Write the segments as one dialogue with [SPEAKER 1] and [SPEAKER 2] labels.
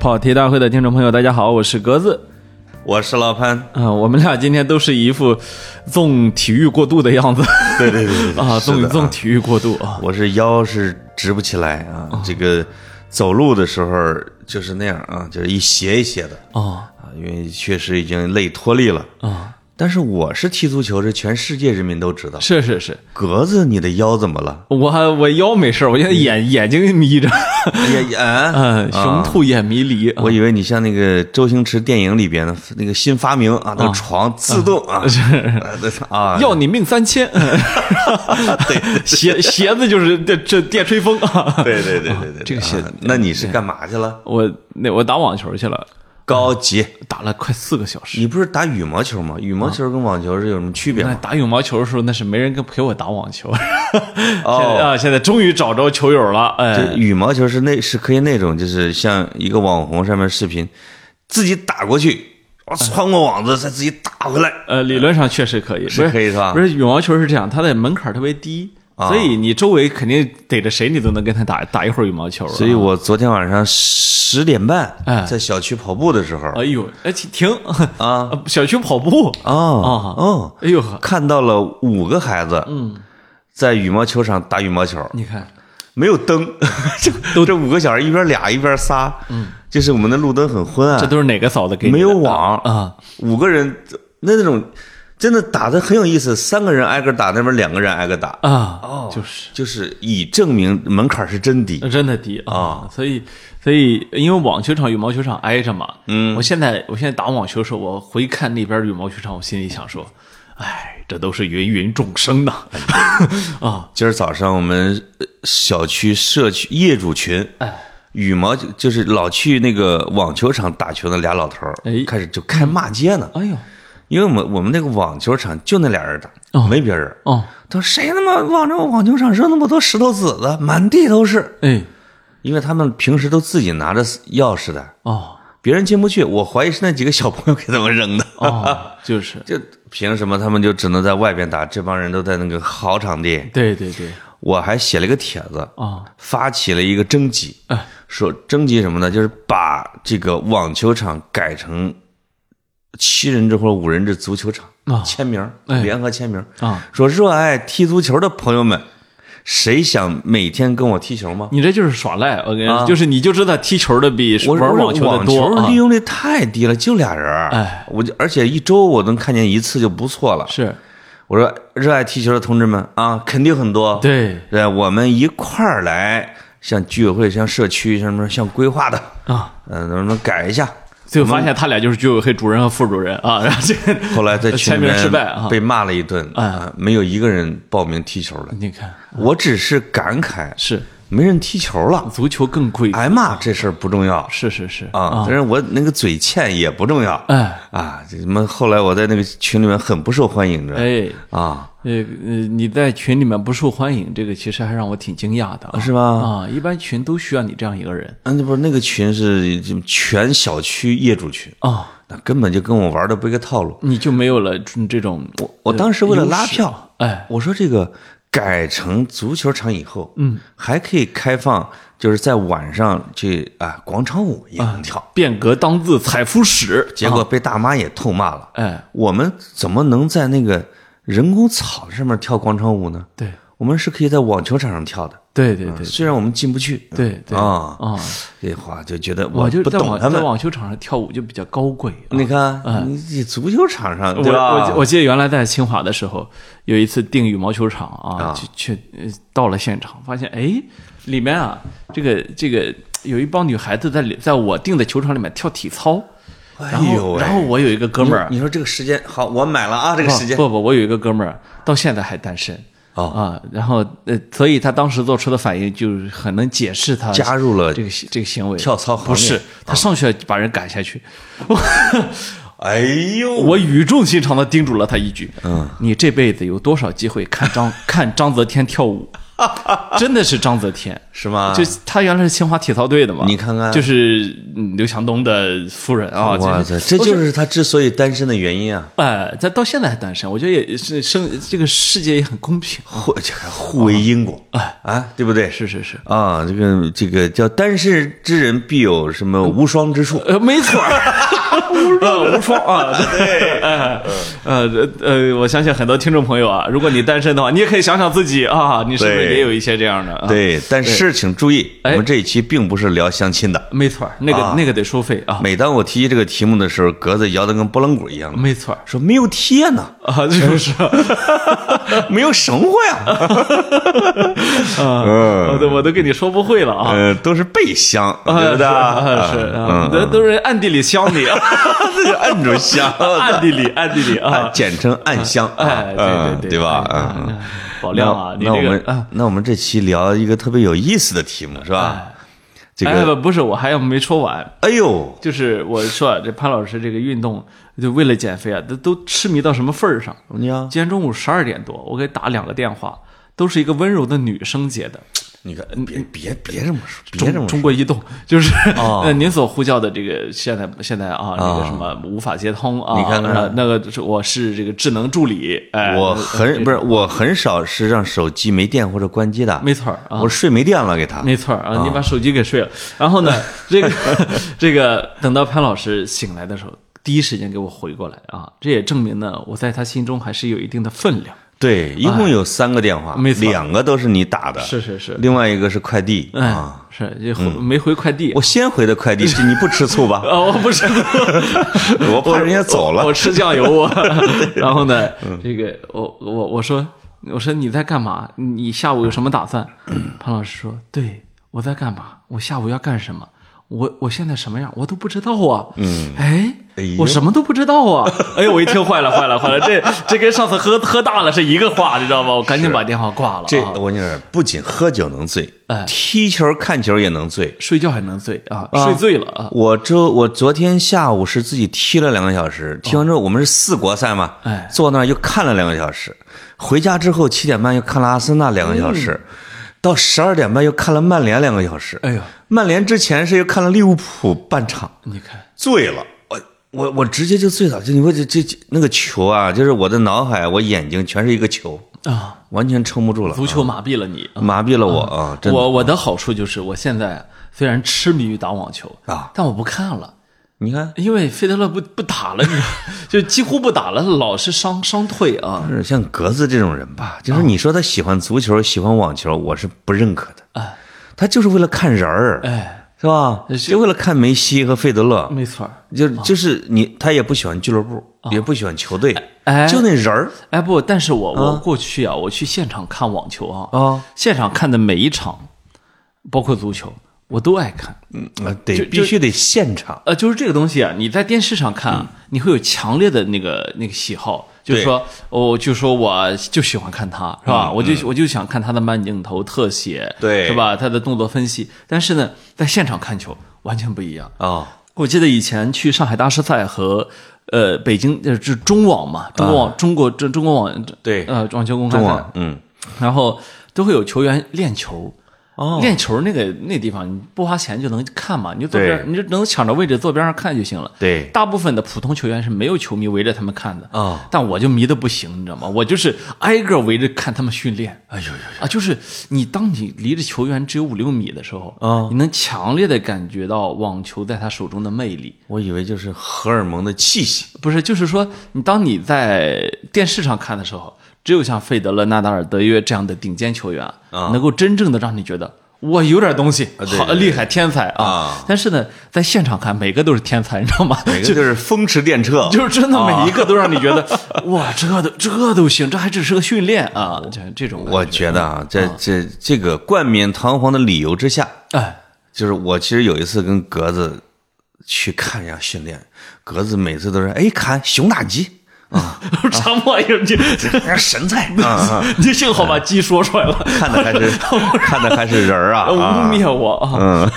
[SPEAKER 1] 跑题大会的听众朋友，大家好，我是格子。
[SPEAKER 2] 我是老潘，
[SPEAKER 1] 啊、我们俩今天都是一副纵体育过度的样 子
[SPEAKER 2] 对对对对
[SPEAKER 1] 啊，
[SPEAKER 2] 是
[SPEAKER 1] 纵
[SPEAKER 2] 的
[SPEAKER 1] 纵体育过度啊，
[SPEAKER 2] 我是腰是直不起来啊，这个走路的时候就是那样啊，就是一斜一斜的
[SPEAKER 1] 啊
[SPEAKER 2] 啊，因为确实已经累脱力了。
[SPEAKER 1] 啊，
[SPEAKER 2] 但是我是踢足球，这全世界人民都知道。
[SPEAKER 1] 是是是，
[SPEAKER 2] 格子，你的腰怎么了？
[SPEAKER 1] 我我腰没事儿，我现在眼眼睛眯 着，
[SPEAKER 2] 眼眼
[SPEAKER 1] 嗯，
[SPEAKER 2] 哎啊
[SPEAKER 1] 雄嗯兔眼迷离，啊
[SPEAKER 2] 我以为你像那个周星驰电影里边的那个新发明啊，那个床自动 啊，啊，
[SPEAKER 1] 要你命三 千，
[SPEAKER 2] 对
[SPEAKER 1] 鞋鞋子就是这这电吹风啊，
[SPEAKER 2] 对对对对对，
[SPEAKER 1] 这个鞋
[SPEAKER 2] 啊那你是干嘛去了？
[SPEAKER 1] 我那我打网球去了，
[SPEAKER 2] 高级，
[SPEAKER 1] 打了快四个小时。
[SPEAKER 2] 你不是打羽毛球吗？羽毛球跟网球是有什么区别
[SPEAKER 1] 那
[SPEAKER 2] 吗？
[SPEAKER 1] 打羽毛球的时候，那是没人跟陪我打网球。
[SPEAKER 2] 哦
[SPEAKER 1] 现在啊，现在终于找着球友了，
[SPEAKER 2] 就
[SPEAKER 1] 哎，
[SPEAKER 2] 羽毛球是那是可以那种，就是像一个网红上面视频，自己打过去，啊穿过网子再自己打回来。
[SPEAKER 1] 呃，理论上确实可以，不
[SPEAKER 2] 是可以是吧啊
[SPEAKER 1] 不是羽毛球是这样，它的门槛特别低，所以你周围肯定逮着谁，你都能跟他打打一会儿羽毛球了。
[SPEAKER 2] 所以我昨天晚上十点半
[SPEAKER 1] 哎
[SPEAKER 2] 在小区跑步的时候，
[SPEAKER 1] 哎呦，哎停停 呃
[SPEAKER 2] 啊，
[SPEAKER 1] 小区跑步啊
[SPEAKER 2] 哦哦，
[SPEAKER 1] 哎呦呵，
[SPEAKER 2] 看到了五个孩子，嗯，在羽毛球场打羽毛球，
[SPEAKER 1] 你看，
[SPEAKER 2] 没有灯， 这都这五个小孩一边俩一边仨，嗯，就是我们的路灯很昏啊暗，
[SPEAKER 1] 这都是哪个嫂子给你的
[SPEAKER 2] 没有网
[SPEAKER 1] 啊？
[SPEAKER 2] 五个人那那种真的打的很有意思，三个人挨个打，那边两个人挨个打，
[SPEAKER 1] 啊，
[SPEAKER 2] 哦
[SPEAKER 1] 就是
[SPEAKER 2] 就是以证明门槛是真低
[SPEAKER 1] 真的低啊，所以所以因为网球场、羽毛球场挨着嘛，嗯，我现在我现在打网球的时候，我回看那边羽毛球场，我心里想说，哎，这都是芸芸众生呐， 啊，
[SPEAKER 2] 今儿早上我们呃小区社区业主群，
[SPEAKER 1] 哎
[SPEAKER 2] 羽毛球就是老去那个网球场打球的俩老头儿
[SPEAKER 1] 哎，
[SPEAKER 2] 开始就开骂街呢，
[SPEAKER 1] 哎呦，
[SPEAKER 2] 因为我们我们那个网球场就那俩人
[SPEAKER 1] 哦
[SPEAKER 2] 打，没别人。
[SPEAKER 1] 哦，
[SPEAKER 2] 他说谁他妈往这网球场扔那么多石头子子，满地都是，
[SPEAKER 1] 哎，
[SPEAKER 2] 因为他们平时都自己拿着钥匙的，
[SPEAKER 1] 哦，
[SPEAKER 2] 别人进不去，我怀疑是那几个小朋友给他们扔的。
[SPEAKER 1] 哦，就是，
[SPEAKER 2] 就凭什么他们就只能在外边打？这帮人都在那个好场地。
[SPEAKER 1] 对对对，
[SPEAKER 2] 我还写了一个帖子，
[SPEAKER 1] 啊，
[SPEAKER 2] 发起了一个征集，
[SPEAKER 1] 哎
[SPEAKER 2] 说征集什么呢？就是把这个网球场改成七人制或者五人制足球场
[SPEAKER 1] 啊，
[SPEAKER 2] 签名儿，
[SPEAKER 1] 哎
[SPEAKER 2] 联合签名儿
[SPEAKER 1] 啊，
[SPEAKER 2] 说热爱踢足球的朋友们，谁想每天跟我踢球吗？
[SPEAKER 1] 你这就是耍赖，我跟你说，就是你就知道踢球的比
[SPEAKER 2] 我
[SPEAKER 1] 玩
[SPEAKER 2] 我
[SPEAKER 1] 网球的
[SPEAKER 2] 网
[SPEAKER 1] 多
[SPEAKER 2] 球
[SPEAKER 1] 啊
[SPEAKER 2] 利，用率太低了，就俩人儿
[SPEAKER 1] 哎，
[SPEAKER 2] 我就而且一周我能看见一次就不错了。
[SPEAKER 1] 是
[SPEAKER 2] 我说热爱踢球的同志们啊，肯定很多。
[SPEAKER 1] 对
[SPEAKER 2] 对，我们一块儿来，像居委会、像社区、什么像规划的，
[SPEAKER 1] 啊。
[SPEAKER 2] 嗯、能不能改一下？
[SPEAKER 1] 最后发现他俩就是居委会主任和副主任啊，然后这个
[SPEAKER 2] 后来在群
[SPEAKER 1] 签
[SPEAKER 2] 里
[SPEAKER 1] 名失
[SPEAKER 2] 面
[SPEAKER 1] 败啊，哎
[SPEAKER 2] 被骂了一顿，啊，没有一个人报名踢球的。
[SPEAKER 1] 你看
[SPEAKER 2] 我只是感慨，
[SPEAKER 1] 是
[SPEAKER 2] 没人踢球了。
[SPEAKER 1] 足球更贵，
[SPEAKER 2] 挨骂这事儿不重要
[SPEAKER 1] 是是是
[SPEAKER 2] 啊，但是我那个嘴欠也不重要。
[SPEAKER 1] 哎
[SPEAKER 2] 啊，这什么？后来我在那个群里面很不受欢迎的
[SPEAKER 1] 哎
[SPEAKER 2] 啊，
[SPEAKER 1] 呃呃，你在群里面不受欢迎，这个其实还让我挺惊讶的啊，
[SPEAKER 2] 哦是吧？
[SPEAKER 1] 啊，一般群都需要你这样一个人
[SPEAKER 2] 嗯，那不是那个群是全小区业主群，
[SPEAKER 1] 啊，
[SPEAKER 2] 那根本就跟我玩的不一个套路。
[SPEAKER 1] 你就没有了这种
[SPEAKER 2] 我当时为了拉票，
[SPEAKER 1] 哎
[SPEAKER 2] 我说这个改成足球场以后，嗯，还可以开放，就是在晚上去啊广场舞也能跳。
[SPEAKER 1] 变革当自采夫使，
[SPEAKER 2] 结果被大妈也痛骂了。
[SPEAKER 1] 哎
[SPEAKER 2] 我们怎么能在那个人工草上面跳广场舞呢？
[SPEAKER 1] 对
[SPEAKER 2] 我们是可以在网球场上跳的，
[SPEAKER 1] 对对对
[SPEAKER 2] 虽然我们进不去。
[SPEAKER 1] 对对
[SPEAKER 2] 嗯啊，
[SPEAKER 1] 啊，
[SPEAKER 2] 这话就觉得
[SPEAKER 1] 我就
[SPEAKER 2] 不
[SPEAKER 1] 在
[SPEAKER 2] 懂
[SPEAKER 1] 网
[SPEAKER 2] 他
[SPEAKER 1] 在
[SPEAKER 2] 们。
[SPEAKER 1] 网球场上跳舞就比较高贵啊，
[SPEAKER 2] 你看，你你足球场上
[SPEAKER 1] 我
[SPEAKER 2] 对吧？
[SPEAKER 1] 我我记得原来在清华的时候，有一次订羽毛球场啊，去去呃到了现场，发现哎，里面啊，这个这个有一帮女孩子在里在我订的球场里面跳体操，然
[SPEAKER 2] 哎
[SPEAKER 1] 后
[SPEAKER 2] 呦喂
[SPEAKER 1] 然后我有一个哥们儿，
[SPEAKER 2] 你说这个时间好，我买了啊，这个时
[SPEAKER 1] 哦
[SPEAKER 2] 间。
[SPEAKER 1] 不不，我有一个哥们儿到现在还单身。
[SPEAKER 2] 哦
[SPEAKER 1] 啊，然后呃，所以他当时做出的反应就是很能解释他
[SPEAKER 2] 加入了
[SPEAKER 1] 这个行这个行为
[SPEAKER 2] 跳操行列啊
[SPEAKER 1] 不是他上去把人赶下去，
[SPEAKER 2] 哎呦，
[SPEAKER 1] 我语重心 长的叮嘱了他一句：“嗯，你这辈子有多少机会看张看章泽天跳舞？真的是张泽天，
[SPEAKER 2] 是吗？
[SPEAKER 1] 就他原来是清华体操队的嘛，
[SPEAKER 2] 啊你看看
[SPEAKER 1] 就是嗯刘强东的夫人啊，
[SPEAKER 2] 哇塞，这就是他之所以单身的原因啊！
[SPEAKER 1] 哎，他到现在还单身，我觉得也是生这个世界也很公平，
[SPEAKER 2] 互这个互为因果啊啊，对不对？
[SPEAKER 1] 哦哎是是是，
[SPEAKER 2] 啊，这个这个叫单身之人必有什么无双之处，
[SPEAKER 1] 呃，没 错儿，无双无双啊，对，哎 呃呃，我相信很多听众朋友啊，如果你单身的话，你也可以想想自己啊，你是不是
[SPEAKER 2] 对
[SPEAKER 1] 也有一些这样的啊？，
[SPEAKER 2] 对。但是请注意，我
[SPEAKER 1] 哎
[SPEAKER 2] 们这一期并不是聊相亲的。
[SPEAKER 1] 没错儿，那个
[SPEAKER 2] 啊
[SPEAKER 1] 那个得收费啊，
[SPEAKER 2] 每当我提起这个题目的时候，格子摇得跟拨浪鼓一样的，
[SPEAKER 1] 没错儿
[SPEAKER 2] 说没有贴呢，
[SPEAKER 1] 啊， 是不是？
[SPEAKER 2] 没有绳货呀，嗯
[SPEAKER 1] 啊， 我都我都跟你说不会了啊。
[SPEAKER 2] 呃，都是背箱，对不对？嗯
[SPEAKER 1] 啊是啊，都都是暗地里削你，啊
[SPEAKER 2] 自己啊摁 住箱，
[SPEAKER 1] 暗地里，暗地里啊
[SPEAKER 2] 按，简称暗箱，
[SPEAKER 1] 哎，
[SPEAKER 2] 啊
[SPEAKER 1] 对
[SPEAKER 2] 嗯
[SPEAKER 1] 对
[SPEAKER 2] 对吧？
[SPEAKER 1] 哎
[SPEAKER 2] 嗯。
[SPEAKER 1] 哎宝亮啊，你
[SPEAKER 2] 那我
[SPEAKER 1] 这
[SPEAKER 2] 们
[SPEAKER 1] 个啊，
[SPEAKER 2] 那我们这期聊一个特别有意思的题目，是吧？这
[SPEAKER 1] 哎
[SPEAKER 2] 个，
[SPEAKER 1] 不不是，我还要没说完，
[SPEAKER 2] 哎呦，
[SPEAKER 1] 就是我说啊这潘老师这个运动，就为了减肥啊，都都痴迷到什么份儿上？
[SPEAKER 2] 你看，
[SPEAKER 1] 今天中午十二点多，我给打两个电话，都是一个温柔的女生接的，
[SPEAKER 2] 你看，别别别这么说，别这
[SPEAKER 1] 嗯中中
[SPEAKER 2] 么说，哦
[SPEAKER 1] 国移动就是 呃您所呼叫的这个现在现在啊那个什么无法接通啊，
[SPEAKER 2] 你看看
[SPEAKER 1] 呃那个是我是这个智能助理，哎，
[SPEAKER 2] 我很不是我很少是让手机没电或者关机的，
[SPEAKER 1] 没错儿啊
[SPEAKER 2] 我。哦睡没电了给他，
[SPEAKER 1] 没错儿啊，你把手机给睡了，然 后呢，这个这个等到潘老师醒来的时候，第一时间给我回过来啊，这也证明呢，我在他心中还是有一定的分量。
[SPEAKER 2] 对，一共有三个电话，
[SPEAKER 1] 哎没错
[SPEAKER 2] 两个都是你打的，
[SPEAKER 1] 是是是
[SPEAKER 2] 另外一个是快递
[SPEAKER 1] 哎
[SPEAKER 2] 啊，，
[SPEAKER 1] 是也回没回快递
[SPEAKER 2] 我先回的快递，是你不吃 醋吧？
[SPEAKER 1] 啊，我不 是
[SPEAKER 2] 我怕人家走了
[SPEAKER 1] 我，吃酱油 我。然后呢，
[SPEAKER 2] 嗯
[SPEAKER 1] 这个我我我说我说你在干嘛？你下午有什么打 算？潘老师说，对我在干嘛？我下午要干什么？我我现在什么样？我都不知道啊。嗯，哎
[SPEAKER 2] 哎呦。
[SPEAKER 1] 我什么都不知道 啊！哎呦，我一听坏了，坏了，坏了！这这跟上次喝喝大了是一个话，你知道吗？我赶紧把电话挂了、啊。哎
[SPEAKER 2] 这我跟你说，不仅喝酒能醉，踢球看球也能醉。
[SPEAKER 1] 睡觉还能醉啊？睡醉了啊？
[SPEAKER 2] 我周我昨天下午是自己踢了两个小时，踢完之后我们是四国赛嘛，
[SPEAKER 1] 哎
[SPEAKER 2] 坐那儿又看了两个小时，回家之后七点半又看了阿森纳两个小时，到十二点半又看了曼联两个小时。
[SPEAKER 1] 嗯哎呦，
[SPEAKER 2] 曼联之前是又看了利物浦半场，
[SPEAKER 1] 你看，
[SPEAKER 2] 醉了，我我我直接就醉了，就你说这这这那个球啊，就是我的脑海我眼睛全是一个球，
[SPEAKER 1] 啊，
[SPEAKER 2] 完全撑不住了，
[SPEAKER 1] 足球麻痹了你。啊
[SPEAKER 2] 麻痹了我啊，真的。
[SPEAKER 1] 我我的好处就是，我现在虽然痴迷于打网球
[SPEAKER 2] 啊，
[SPEAKER 1] 但我不看了，
[SPEAKER 2] 你看，
[SPEAKER 1] 因为费德勒不不打了，你 就几乎不打了，老是伤伤退啊。
[SPEAKER 2] 是像格子这种人吧，就是你说他喜欢足球、喜欢网球，我是不认可的。
[SPEAKER 1] 哎
[SPEAKER 2] 他就是为了看人儿，
[SPEAKER 1] 哎，嗯
[SPEAKER 2] 是吧？就为了看梅西和费德勒，
[SPEAKER 1] 没错儿。
[SPEAKER 2] 就就是你，他也不喜欢俱乐部，也不喜欢球队，
[SPEAKER 1] 啊哎
[SPEAKER 2] 就那人儿
[SPEAKER 1] 哎不，但是我我过去啊，我去现场看网球啊，
[SPEAKER 2] 啊，
[SPEAKER 1] 现场看的每一场，包括足球，我都爱看。
[SPEAKER 2] 嗯呃得必须得现场。
[SPEAKER 1] 呃，就是这个东西啊，你在电视上看，啊，你会有强烈的那个那个喜好，就是
[SPEAKER 2] 对
[SPEAKER 1] 说，哦，就说我就喜欢看他，是吧？我就我就想看他的慢镜头特写，
[SPEAKER 2] 对
[SPEAKER 1] 是吧？他的动作分析。但是呢，在现场看球完全不一样。
[SPEAKER 2] 啊，
[SPEAKER 1] 我记得以前去上海大师赛和呃北京呃就是中网嘛，中网、中国中中国网
[SPEAKER 2] 啊对
[SPEAKER 1] 呃网球公开
[SPEAKER 2] 中
[SPEAKER 1] 赛
[SPEAKER 2] 网，，嗯，
[SPEAKER 1] 然后都会有球员练球。
[SPEAKER 2] 哦
[SPEAKER 1] 练球那个那地方，你不花钱就能看嘛，你就坐边儿，
[SPEAKER 2] 对
[SPEAKER 1] 你就能抢着位置坐边上看就行了。
[SPEAKER 2] 对
[SPEAKER 1] 大部分的普通球员是没有球迷围着他们看的
[SPEAKER 2] 哦
[SPEAKER 1] 但我就迷得不行，你知道吗？我就是挨个围着看他们训练。哎呦呦啊，就是你当你离着球员只有五六米的时候，
[SPEAKER 2] 哦
[SPEAKER 1] 你能强烈的感觉到网球在他手中的魅力。
[SPEAKER 2] 我以为就是荷尔蒙的气息。
[SPEAKER 1] 不是，就是说，你当你在电视上看的时候，只有像费德勒、纳达尔、德约这样的顶尖球员，
[SPEAKER 2] 啊
[SPEAKER 1] 能够真正的让你觉得我有点东西，
[SPEAKER 2] 对
[SPEAKER 1] 好
[SPEAKER 2] 对对
[SPEAKER 1] 厉害，天才啊！
[SPEAKER 2] 啊
[SPEAKER 1] 但是呢，在现场看，每个都是天才，你知道吗？
[SPEAKER 2] 每个就是风驰电掣，
[SPEAKER 1] 就是真的每一个都让你觉得，
[SPEAKER 2] 啊
[SPEAKER 1] 哇，这都这都行，这还只是个训练啊！这这种感
[SPEAKER 2] 我
[SPEAKER 1] 觉
[SPEAKER 2] 觉得啊，在这这个冠冕堂皇的理由之下，
[SPEAKER 1] 哎，
[SPEAKER 2] 就是我其实有一次跟格子去看人家训练，格子每次都是哎看熊 大吉，
[SPEAKER 1] 沙漠有你，
[SPEAKER 2] 哎神菜 啊，啊
[SPEAKER 1] 你幸好把鸡说出来了，
[SPEAKER 2] 看的还 是看的还是人儿啊
[SPEAKER 1] 污
[SPEAKER 2] 啊，
[SPEAKER 1] 蔑我啊！嗯，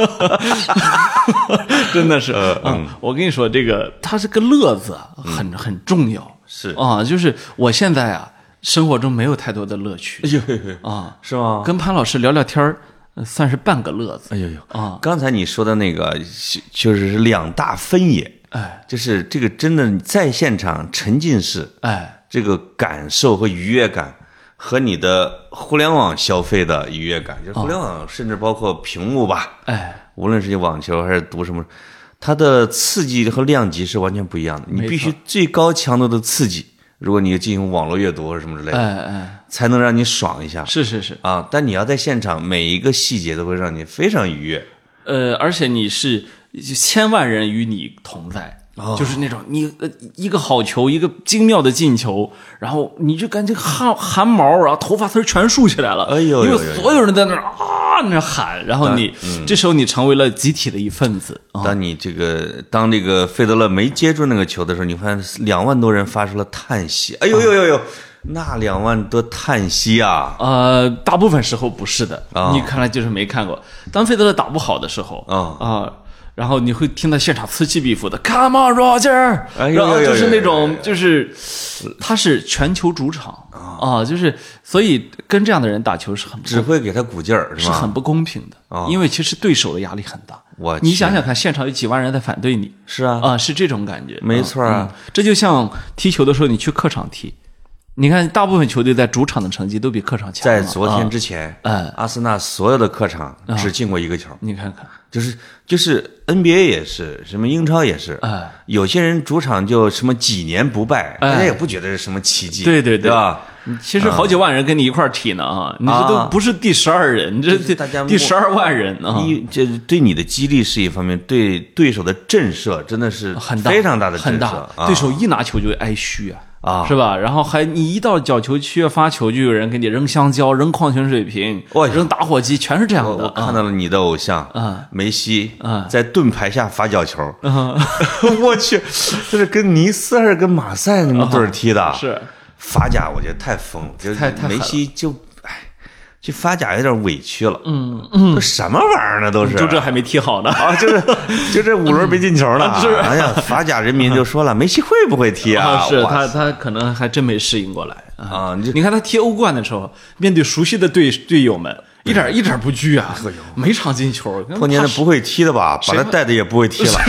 [SPEAKER 2] 啊
[SPEAKER 1] 真的是，嗯，我跟你说，这个它这个乐子啊很很重要，
[SPEAKER 2] 嗯是
[SPEAKER 1] 啊，就是我现在啊，生活中没有太多的乐趣
[SPEAKER 2] 哎呦嘿嘿，
[SPEAKER 1] 啊。
[SPEAKER 2] 是吗？
[SPEAKER 1] 跟潘老师聊聊天儿，呃算是半个乐子
[SPEAKER 2] 哎呦呦，
[SPEAKER 1] 啊。
[SPEAKER 2] 刚才你说的那个就就是两大分野，
[SPEAKER 1] 哎
[SPEAKER 2] 就是这个真的你在现场沉浸式
[SPEAKER 1] 哎，
[SPEAKER 2] 这个感受和愉悦感，和你的互联网消费的愉悦感，就是互联网甚至包括屏幕吧，
[SPEAKER 1] 哦哎，
[SPEAKER 2] 无论是你网球还是读什么，它的刺激和量级是完全不一样的。你
[SPEAKER 1] 没
[SPEAKER 2] 必须最高强度的刺激，如果你进行网络阅读或者什么之类
[SPEAKER 1] 哎
[SPEAKER 2] 的，
[SPEAKER 1] 哎，
[SPEAKER 2] 才能让你爽一下
[SPEAKER 1] 是是是，
[SPEAKER 2] 啊。但你要在现场，每一个细节都会让你非常愉悦。
[SPEAKER 1] 呃，而且你是千万人与你同在。
[SPEAKER 2] 哦
[SPEAKER 1] 就是那种你呃一个好球，一个精妙的进球，然后你就感觉汗汗毛，然后头发丝儿全竖起来了，
[SPEAKER 2] 哎呦
[SPEAKER 1] 因
[SPEAKER 2] 呦
[SPEAKER 1] 为
[SPEAKER 2] 呦嗯
[SPEAKER 1] 所有人在那儿啊那喊，然后你这时候你成为了集体的一份子啊，
[SPEAKER 2] 当你这个当这个费德勒没接住那个球的时候，你发现两万多人发出了叹息。
[SPEAKER 1] 啊
[SPEAKER 2] 哎呦呦呦呦，那两万多叹息啊！
[SPEAKER 1] 呃，大部分时候不是的，
[SPEAKER 2] 啊
[SPEAKER 1] 你看来就是没看过。当费德勒打不好的时候，
[SPEAKER 2] 啊
[SPEAKER 1] 然后你会听到现场此起彼伏的 “Come on, Roger”，
[SPEAKER 2] 哎呦
[SPEAKER 1] 然后
[SPEAKER 2] 呦呦
[SPEAKER 1] 就是那
[SPEAKER 2] 呦呦
[SPEAKER 1] 种
[SPEAKER 2] 呦呦
[SPEAKER 1] 就是，他是全球主场啊，就是所以跟这样的人打球是很不
[SPEAKER 2] 只会给他鼓劲儿，是
[SPEAKER 1] 是
[SPEAKER 2] 吧？
[SPEAKER 1] 很不公平的，因为其实对手的压力很大。
[SPEAKER 2] 啊我
[SPEAKER 1] 你
[SPEAKER 2] 去
[SPEAKER 1] 想想看，现场有几万人在反对你
[SPEAKER 2] 是啊，
[SPEAKER 1] 啊，是这种感觉，
[SPEAKER 2] 没错啊
[SPEAKER 1] 嗯这就像踢球的时候，你去客场踢，你看大部分球队在主场的成绩都比客场强嘛。
[SPEAKER 2] 在昨天之前，
[SPEAKER 1] 嗯
[SPEAKER 2] 阿森纳所有的客场
[SPEAKER 1] 啊
[SPEAKER 2] 只进过一个球，
[SPEAKER 1] 你看看，
[SPEAKER 2] 就是就是 NBA 也是，什么英超也是，
[SPEAKER 1] 哎
[SPEAKER 2] 有些人主场就什么几年不败，
[SPEAKER 1] 哎
[SPEAKER 2] 大家也不觉得是什么奇迹，
[SPEAKER 1] 对对
[SPEAKER 2] 对
[SPEAKER 1] 对
[SPEAKER 2] 吧？
[SPEAKER 1] 其实好几万人跟你一块儿踢呢啊，你这都不是第十二人，这
[SPEAKER 2] 是大家
[SPEAKER 1] 这第十二万人啊，
[SPEAKER 2] 一这对你的激励是一方面，对对手的震慑真的是
[SPEAKER 1] 很大
[SPEAKER 2] 非常大的震
[SPEAKER 1] 很
[SPEAKER 2] 慑
[SPEAKER 1] 大
[SPEAKER 2] 啊，
[SPEAKER 1] 对手一拿球就挨虚啊。
[SPEAKER 2] 啊
[SPEAKER 1] 是吧？然后还你一到角球区发球，就有人给你扔香蕉、扔矿泉水瓶、
[SPEAKER 2] 哎呀
[SPEAKER 1] 扔打火机，全是这样
[SPEAKER 2] 我
[SPEAKER 1] 的
[SPEAKER 2] 我
[SPEAKER 1] 啊。
[SPEAKER 2] 看到了你的偶像
[SPEAKER 1] 啊，
[SPEAKER 2] 梅西
[SPEAKER 1] 啊
[SPEAKER 2] 在盾牌下罚角球， 我去，这是跟尼斯还是跟马赛那么对儿踢的？
[SPEAKER 1] 啊
[SPEAKER 2] 啊
[SPEAKER 1] 是
[SPEAKER 2] 法甲，我觉得太疯了，就是
[SPEAKER 1] 太太狠
[SPEAKER 2] 梅
[SPEAKER 1] 了
[SPEAKER 2] 西就哎，这法甲有点委屈了，嗯嗯，都什么玩意儿呢？都是
[SPEAKER 1] 就这还没踢好呢。
[SPEAKER 2] 啊， 就是就这五轮没进球呢，
[SPEAKER 1] 嗯是
[SPEAKER 2] 哎呀，法甲人民就说了，梅西会不会踢啊？
[SPEAKER 1] 是
[SPEAKER 2] 哇
[SPEAKER 1] 他，他可能还真没适应过来啊。
[SPEAKER 2] 啊，你就
[SPEAKER 1] 你看他踢欧冠的时候，面对熟悉的队队友们，一点一点不惧啊，每场进球。
[SPEAKER 2] 哎托年的不会踢的吧？把他带的也不会踢了，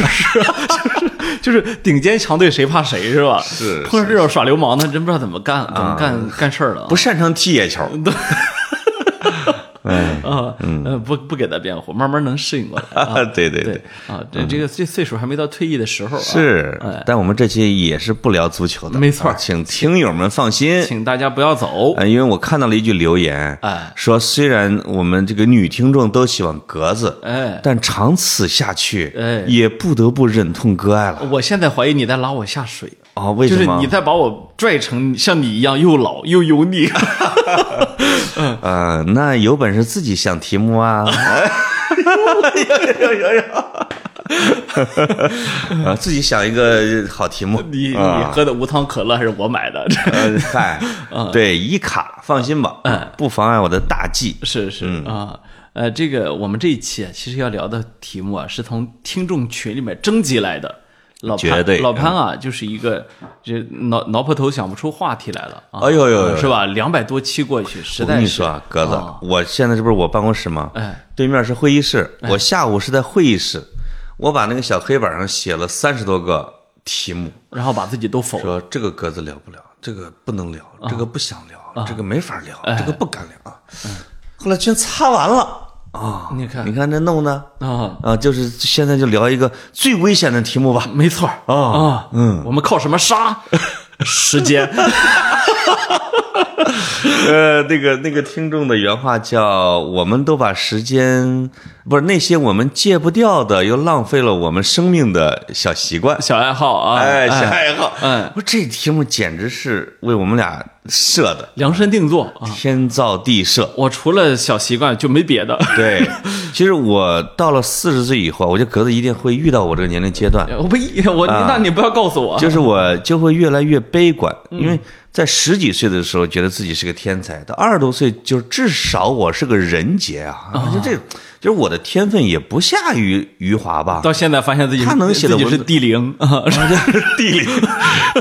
[SPEAKER 1] 就是顶尖强队谁怕谁是吧？
[SPEAKER 2] 是
[SPEAKER 1] 碰上这种耍流氓的，真不知道怎么干，怎么干、干事儿了啊。
[SPEAKER 2] 不擅长踢野球，
[SPEAKER 1] 啊，呃，不不给他辩护，慢慢能适应过来。
[SPEAKER 2] 啊， 嗯 对对嗯
[SPEAKER 1] 对。啊，这这个这岁数还没到退役的时候啊。，
[SPEAKER 2] 是，但我们这期也是不聊足球的，
[SPEAKER 1] 没错
[SPEAKER 2] 啊请听友们放心。
[SPEAKER 1] 请大家不要走。
[SPEAKER 2] 呃，因为我看到了一句留言，
[SPEAKER 1] 哎
[SPEAKER 2] 说虽然我们这个女听众都喜欢格子，
[SPEAKER 1] 哎，
[SPEAKER 2] 但长此下去，
[SPEAKER 1] 哎
[SPEAKER 2] 也不得不忍痛割爱了。
[SPEAKER 1] 我现在怀疑你在拉我下水。
[SPEAKER 2] 哦，为
[SPEAKER 1] 就
[SPEAKER 2] 什
[SPEAKER 1] 是
[SPEAKER 2] 么？
[SPEAKER 1] 你在把我拽成像你一样又老又油
[SPEAKER 2] 哎
[SPEAKER 1] 腻，
[SPEAKER 2] 呃，那有本事自己想题目 啊！哎呃，自己想一个好题目。
[SPEAKER 1] 你你
[SPEAKER 2] 啊
[SPEAKER 1] 喝的无糖可乐还是我买的？ 这
[SPEAKER 2] 呃，嗨，
[SPEAKER 1] 啊
[SPEAKER 2] 对，一卡，放心吧，
[SPEAKER 1] 嗯
[SPEAKER 2] 不妨碍我的大计。
[SPEAKER 1] 是是
[SPEAKER 2] 嗯
[SPEAKER 1] 啊，呃，这个我们这一期啊，其实要聊的题目啊，是从听众群里面征集来的。老
[SPEAKER 2] 绝
[SPEAKER 1] 潘
[SPEAKER 2] 对嗯
[SPEAKER 1] 老潘啊，就是一个这挠挠破头想不出话题来了啊。
[SPEAKER 2] 哎呦呦呦呦
[SPEAKER 1] 是吧？两百多期过去，实
[SPEAKER 2] 我跟
[SPEAKER 1] 在
[SPEAKER 2] 你
[SPEAKER 1] 是
[SPEAKER 2] 说啊，格子，我现在这不是我办公室吗？
[SPEAKER 1] 哎，
[SPEAKER 2] 对面是会议室，
[SPEAKER 1] 嗯
[SPEAKER 2] 我下午是在会议室，我把那个小黑板上写了三十多个题目，
[SPEAKER 1] 然后把自己都否了。
[SPEAKER 2] 说这个格子聊不了，这个不能聊，
[SPEAKER 1] 啊
[SPEAKER 2] 这个不想聊，这个没法聊，
[SPEAKER 1] 哎
[SPEAKER 2] 这个不敢聊。后来全擦完了啊！
[SPEAKER 1] 嗯你看
[SPEAKER 2] 你看这弄的
[SPEAKER 1] 啊，
[SPEAKER 2] 啊，就是现在就聊一个最危险的题目吧。
[SPEAKER 1] 没错儿
[SPEAKER 2] 啊
[SPEAKER 1] 啊，嗯，我们靠什么 杀？时间。
[SPEAKER 2] 呃，那个那个听众的原话叫：“我们都把时间，不是那些我们戒不掉的，又浪费了我们生命的小习惯。
[SPEAKER 1] 小爱好啊，
[SPEAKER 2] 哎，小爱好，嗯
[SPEAKER 1] 哎，
[SPEAKER 2] 我说这题目简直是为我们俩设的，
[SPEAKER 1] 量身定做啊。
[SPEAKER 2] 天造地设。
[SPEAKER 1] 我除了小习惯就没别的。
[SPEAKER 2] 对， 其实我到了四十岁以后，我觉得格子一定会遇到我这个年龄阶段，
[SPEAKER 1] 我不一，我那你不要告诉我，
[SPEAKER 2] 啊就是我就会越来越悲观，因为在十几岁的时候觉得自己是个天才，到二十多岁就至少我是个人杰啊，就这就是我的天分也不下于余华吧。
[SPEAKER 1] 到现在发现自己
[SPEAKER 2] 他能写的
[SPEAKER 1] 自己
[SPEAKER 2] 文
[SPEAKER 1] 是地灵啊，
[SPEAKER 2] 然后就是地灵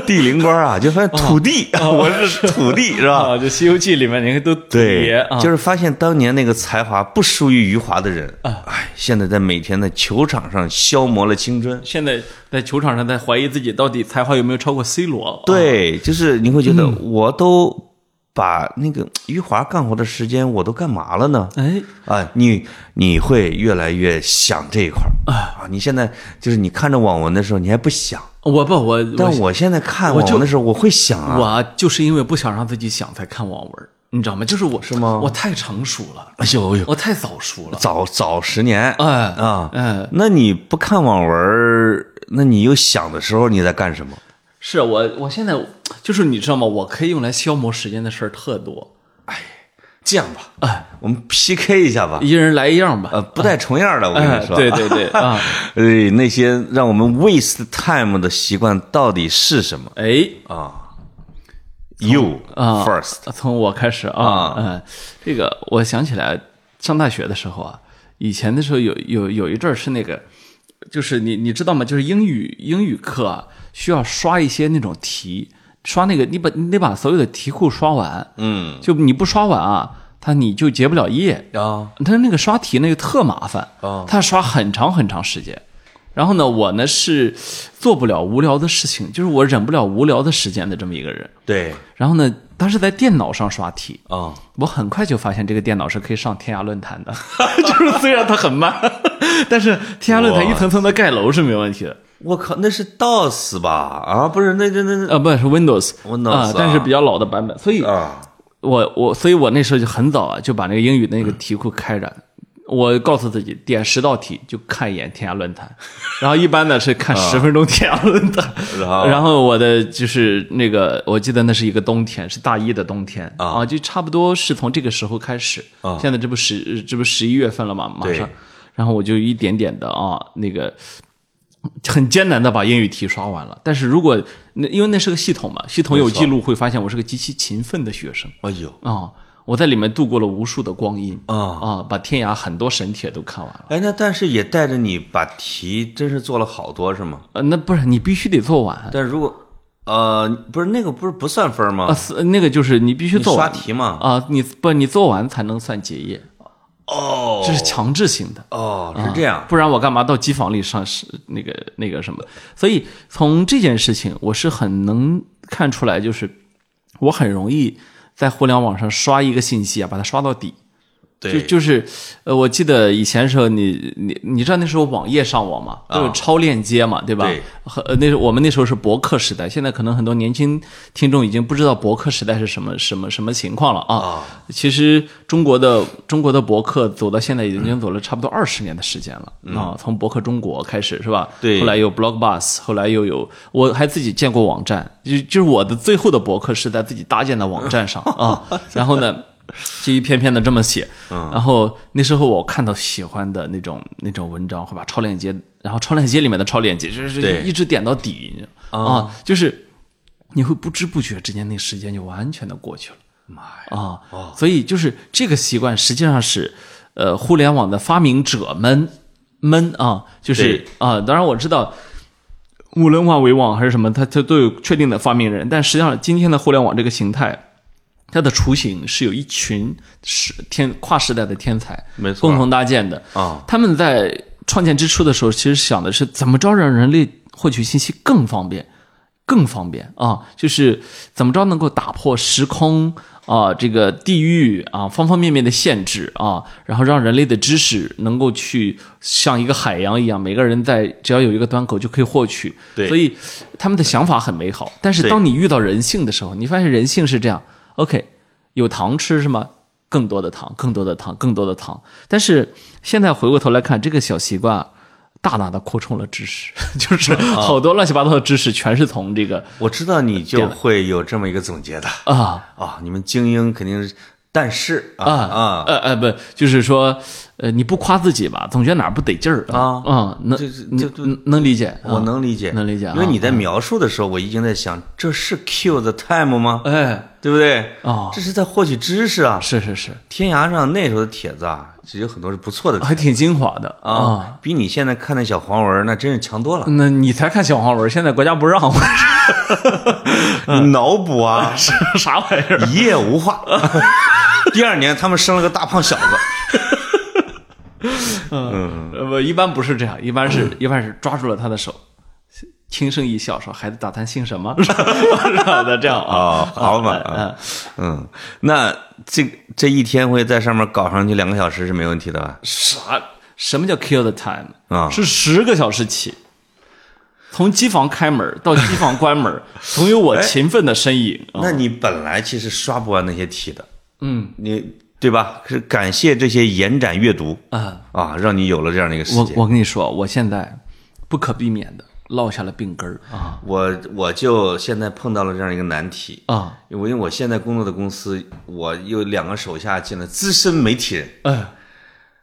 [SPEAKER 2] 地灵官啊，就发现土地， 我是土地是吧？
[SPEAKER 1] 啊，这《西游记》里面你看都土
[SPEAKER 2] 对
[SPEAKER 1] 爷啊，，
[SPEAKER 2] 就是发现当年那个才华不输于余华的人，
[SPEAKER 1] 啊
[SPEAKER 2] 哎，现在在每天的球场上消磨了青春。
[SPEAKER 1] 现在在球场上在怀疑自己到底才华有没有超过 C 罗。啊，嗯
[SPEAKER 2] 对，就是你会觉得我都把那个余华干活的时间我都干嘛了呢？
[SPEAKER 1] 哎，
[SPEAKER 2] 啊，你你会越来越想这一块儿啊！你现在就是你看着网文的时候，你还不想，
[SPEAKER 1] 我不我
[SPEAKER 2] 但
[SPEAKER 1] 我
[SPEAKER 2] 我现在看
[SPEAKER 1] 我
[SPEAKER 2] 网
[SPEAKER 1] 就
[SPEAKER 2] 文的时候，我会想啊，
[SPEAKER 1] 我就是因为不想让自己想才看网文，你知道吗？就是我是
[SPEAKER 2] 吗
[SPEAKER 1] 我太成熟了，
[SPEAKER 2] 哎呦哎呦，
[SPEAKER 1] 我太早熟了。
[SPEAKER 2] 早早十年，
[SPEAKER 1] 哎
[SPEAKER 2] 啊，
[SPEAKER 1] 哎，
[SPEAKER 2] 那你不看网文儿，那你又想的时候你在干什么？
[SPEAKER 1] 是啊我我现在就是你知道吗？我可以用来消磨时间的事儿特多，
[SPEAKER 2] 这样吧，
[SPEAKER 1] 啊
[SPEAKER 2] 哎，我们 PK 一下吧，
[SPEAKER 1] 一人来一样吧。
[SPEAKER 2] 呃，不带重样的，我跟
[SPEAKER 1] 哎
[SPEAKER 2] 你，说，
[SPEAKER 1] 对对对 啊，
[SPEAKER 2] 呃，那些让我们 waste time 的习惯到底是什么
[SPEAKER 1] 哎。
[SPEAKER 2] 啊？You
[SPEAKER 1] 啊
[SPEAKER 2] first，
[SPEAKER 1] 从我开始啊
[SPEAKER 2] 啊，
[SPEAKER 1] 嗯，这个我想起来，上大学的时候啊，以前的时候有有有一阵儿是那个，就是你你知道吗？就是英语英语课啊，需要刷一些那种题，刷那个你把你得把所有的题库刷完，
[SPEAKER 2] 嗯
[SPEAKER 1] 就你不刷完啊，它你就结不了业。
[SPEAKER 2] 啊
[SPEAKER 1] 他那个刷题那个特麻烦
[SPEAKER 2] 哦，
[SPEAKER 1] 他刷很长很长时间。然后呢，我呢是做不了无聊的事情，就是我忍不了无聊的时间的这么一个人。
[SPEAKER 2] 对
[SPEAKER 1] 然后呢，当时在电脑上刷题，
[SPEAKER 2] 啊
[SPEAKER 1] 我很快就发现这个电脑是可以上天涯论坛的， 就是虽然它很慢， 但是天涯论坛一层层的盖楼是没问题的。
[SPEAKER 2] 我靠，那是 DOS 吧？啊，不是，那那那那
[SPEAKER 1] 呃，不是 Windows，
[SPEAKER 2] Windows
[SPEAKER 1] 啊
[SPEAKER 2] 啊
[SPEAKER 1] 但是比较老的版本，所以
[SPEAKER 2] 啊，
[SPEAKER 1] 我我所以我那时候就很早啊，就把那个英语的那个题库开着。我告诉自己点十道题就看一眼天涯论坛，然后一般呢是看十分钟天涯论坛，
[SPEAKER 2] 啊然后
[SPEAKER 1] 然后我的就是那个，我记得那是一个冬天，是大一的冬天
[SPEAKER 2] 啊
[SPEAKER 1] 就差不多是从这个时候开始。
[SPEAKER 2] 啊
[SPEAKER 1] 现在这不十这不十一月份了嘛，马
[SPEAKER 2] 对
[SPEAKER 1] 上，然后我就一点点的啊，那个很艰难的把英语题刷完了。但是如果那因为那是个系统嘛，系统有记录会发现我是个极其勤奋的学生
[SPEAKER 2] 哎呦，
[SPEAKER 1] 啊、我在里面度过了无数的光阴
[SPEAKER 2] 啊
[SPEAKER 1] 把天涯很多神帖都看完了。
[SPEAKER 2] 哎，那但是也带着你把题真是做了好多是吗？
[SPEAKER 1] 呃，那不是你必须得做完。
[SPEAKER 2] 但如果呃，不是那个不是不算分吗？
[SPEAKER 1] 啊，是那个就是你必须
[SPEAKER 2] 你
[SPEAKER 1] 做
[SPEAKER 2] 刷
[SPEAKER 1] 完，
[SPEAKER 2] 题嘛？
[SPEAKER 1] 啊，你不，你做完才能算结业，
[SPEAKER 2] 哦
[SPEAKER 1] 这是啊强制性的，
[SPEAKER 2] 哦，是这样
[SPEAKER 1] 不然我干嘛到机房里上是那个那个什么？所以从这件事情，我是很能看出来，就是我很容易在互联网上刷一个信息啊，把它刷到底。就
[SPEAKER 2] 对，
[SPEAKER 1] 就是，呃，我记得以前时候你，你你知道那时候网页上网嘛，都有超链接嘛，对吧？
[SPEAKER 2] 啊对
[SPEAKER 1] 和呃那时候我们那时候是博客时代，现在可能很多年轻听众已经不知道博客时代是什么什么什么情况了啊。
[SPEAKER 2] 啊
[SPEAKER 1] 其实中国的中国的博客走到现在已经走了差不多二十年的时间了、啊，从博客中国开始是吧？
[SPEAKER 2] 嗯对
[SPEAKER 1] 后来有 Blogbus，后来又有，我还自己建过网站，就就是我的最后的博客是在自己搭建的网站上啊。然后呢，就一篇篇的这么写，然后那时候我看到喜欢的那种那种文章，会把超链接，然后超链接里面的超链接，就是
[SPEAKER 2] 对
[SPEAKER 1] 一直点到底你知道啊，就是你会不知不觉之间，那时间就完全的过去了。
[SPEAKER 2] 妈呀！
[SPEAKER 1] 啊、所以就是这个习惯，实际上是呃互联网的发明者们们啊，就是
[SPEAKER 2] 对
[SPEAKER 1] 啊、当然我知道。无论万维网还是什么，它它都有确定的发明人，但实际上今天的互联网这个形态，它的雏形是有一群是天跨时代的天才，
[SPEAKER 2] 没错
[SPEAKER 1] 共同搭建的
[SPEAKER 2] 啊。
[SPEAKER 1] 他们在创建之初的时候，其实想的是怎么着让人类获取信息更方便，更方便啊，就是怎么着能够打破时空啊、这个地域啊方方面面的限制啊，然后让人类的知识能够去像一个海洋一样，每个人在只要有一个端口就可以获取。
[SPEAKER 2] 对
[SPEAKER 1] 所以他们的想法很美好，但是
[SPEAKER 2] 对
[SPEAKER 1] 当你遇到人性的时候，你发现人性是这样：OK，有糖吃是吗？更多的糖，更多的糖，更多的糖。但是现在回过头来看，这个小习惯啊大大的扩充了知识， 就是
[SPEAKER 2] 啊
[SPEAKER 1] 好多乱七八糟的知识全是从这个
[SPEAKER 2] 我知道你就会有这么一个总结的
[SPEAKER 1] 啊
[SPEAKER 2] 啊，你们精英肯定是，但是啊
[SPEAKER 1] 啊
[SPEAKER 2] 啊，
[SPEAKER 1] 呃呃不，就是说呃，你不夸自己吧，总觉得哪儿不得劲儿
[SPEAKER 2] 啊
[SPEAKER 1] 啊，能
[SPEAKER 2] 这这
[SPEAKER 1] 能
[SPEAKER 2] 这
[SPEAKER 1] 能能理解，啊
[SPEAKER 2] 我能理解，
[SPEAKER 1] 能理解啊
[SPEAKER 2] 因为你在描述的时候，我已经在想，这是 kill the time 吗？
[SPEAKER 1] 哎
[SPEAKER 2] 对不对？
[SPEAKER 1] 哦
[SPEAKER 2] 这是在获取知识啊。
[SPEAKER 1] 是是是，
[SPEAKER 2] 天涯上那时候的帖子啊，其实有很多是不错的
[SPEAKER 1] 还挺精华的
[SPEAKER 2] 啊，比你现在看那小黄文那真是强多了。
[SPEAKER 1] 那你才看小黄文，现在国家不让，
[SPEAKER 2] 你脑补啊，
[SPEAKER 1] 啥玩意儿？
[SPEAKER 2] 一夜无话。 第二年他们生了个大胖小 子，
[SPEAKER 1] 呃，不，一般不是这样，一般 是一般是抓住了他的手，轻声一笑说：“孩子，打探姓什 么？”然后的这样啊，
[SPEAKER 2] 啊，好嘛，啊嗯，那这这一天会在上面搞上去两个小时是没问题的吧？
[SPEAKER 1] 啥？什么叫 kill the time
[SPEAKER 2] 啊
[SPEAKER 1] 是十个小时起，从机房开门到机房关 门，总有我勤奋的身影。啊
[SPEAKER 2] 那你本来其实刷不完那些题的，
[SPEAKER 1] 嗯
[SPEAKER 2] 你对吧？是感谢这些延展阅读
[SPEAKER 1] 啊，
[SPEAKER 2] 啊，让你有了这样的一个时
[SPEAKER 1] 我
[SPEAKER 2] 间。
[SPEAKER 1] 我跟你说，我现在不可避免的落下了病根儿啊
[SPEAKER 2] 我我就现在碰到了这样一个难题，
[SPEAKER 1] 啊，
[SPEAKER 2] 因为我现在工作的公司，我有两个手下进了资深媒体人，
[SPEAKER 1] 嗯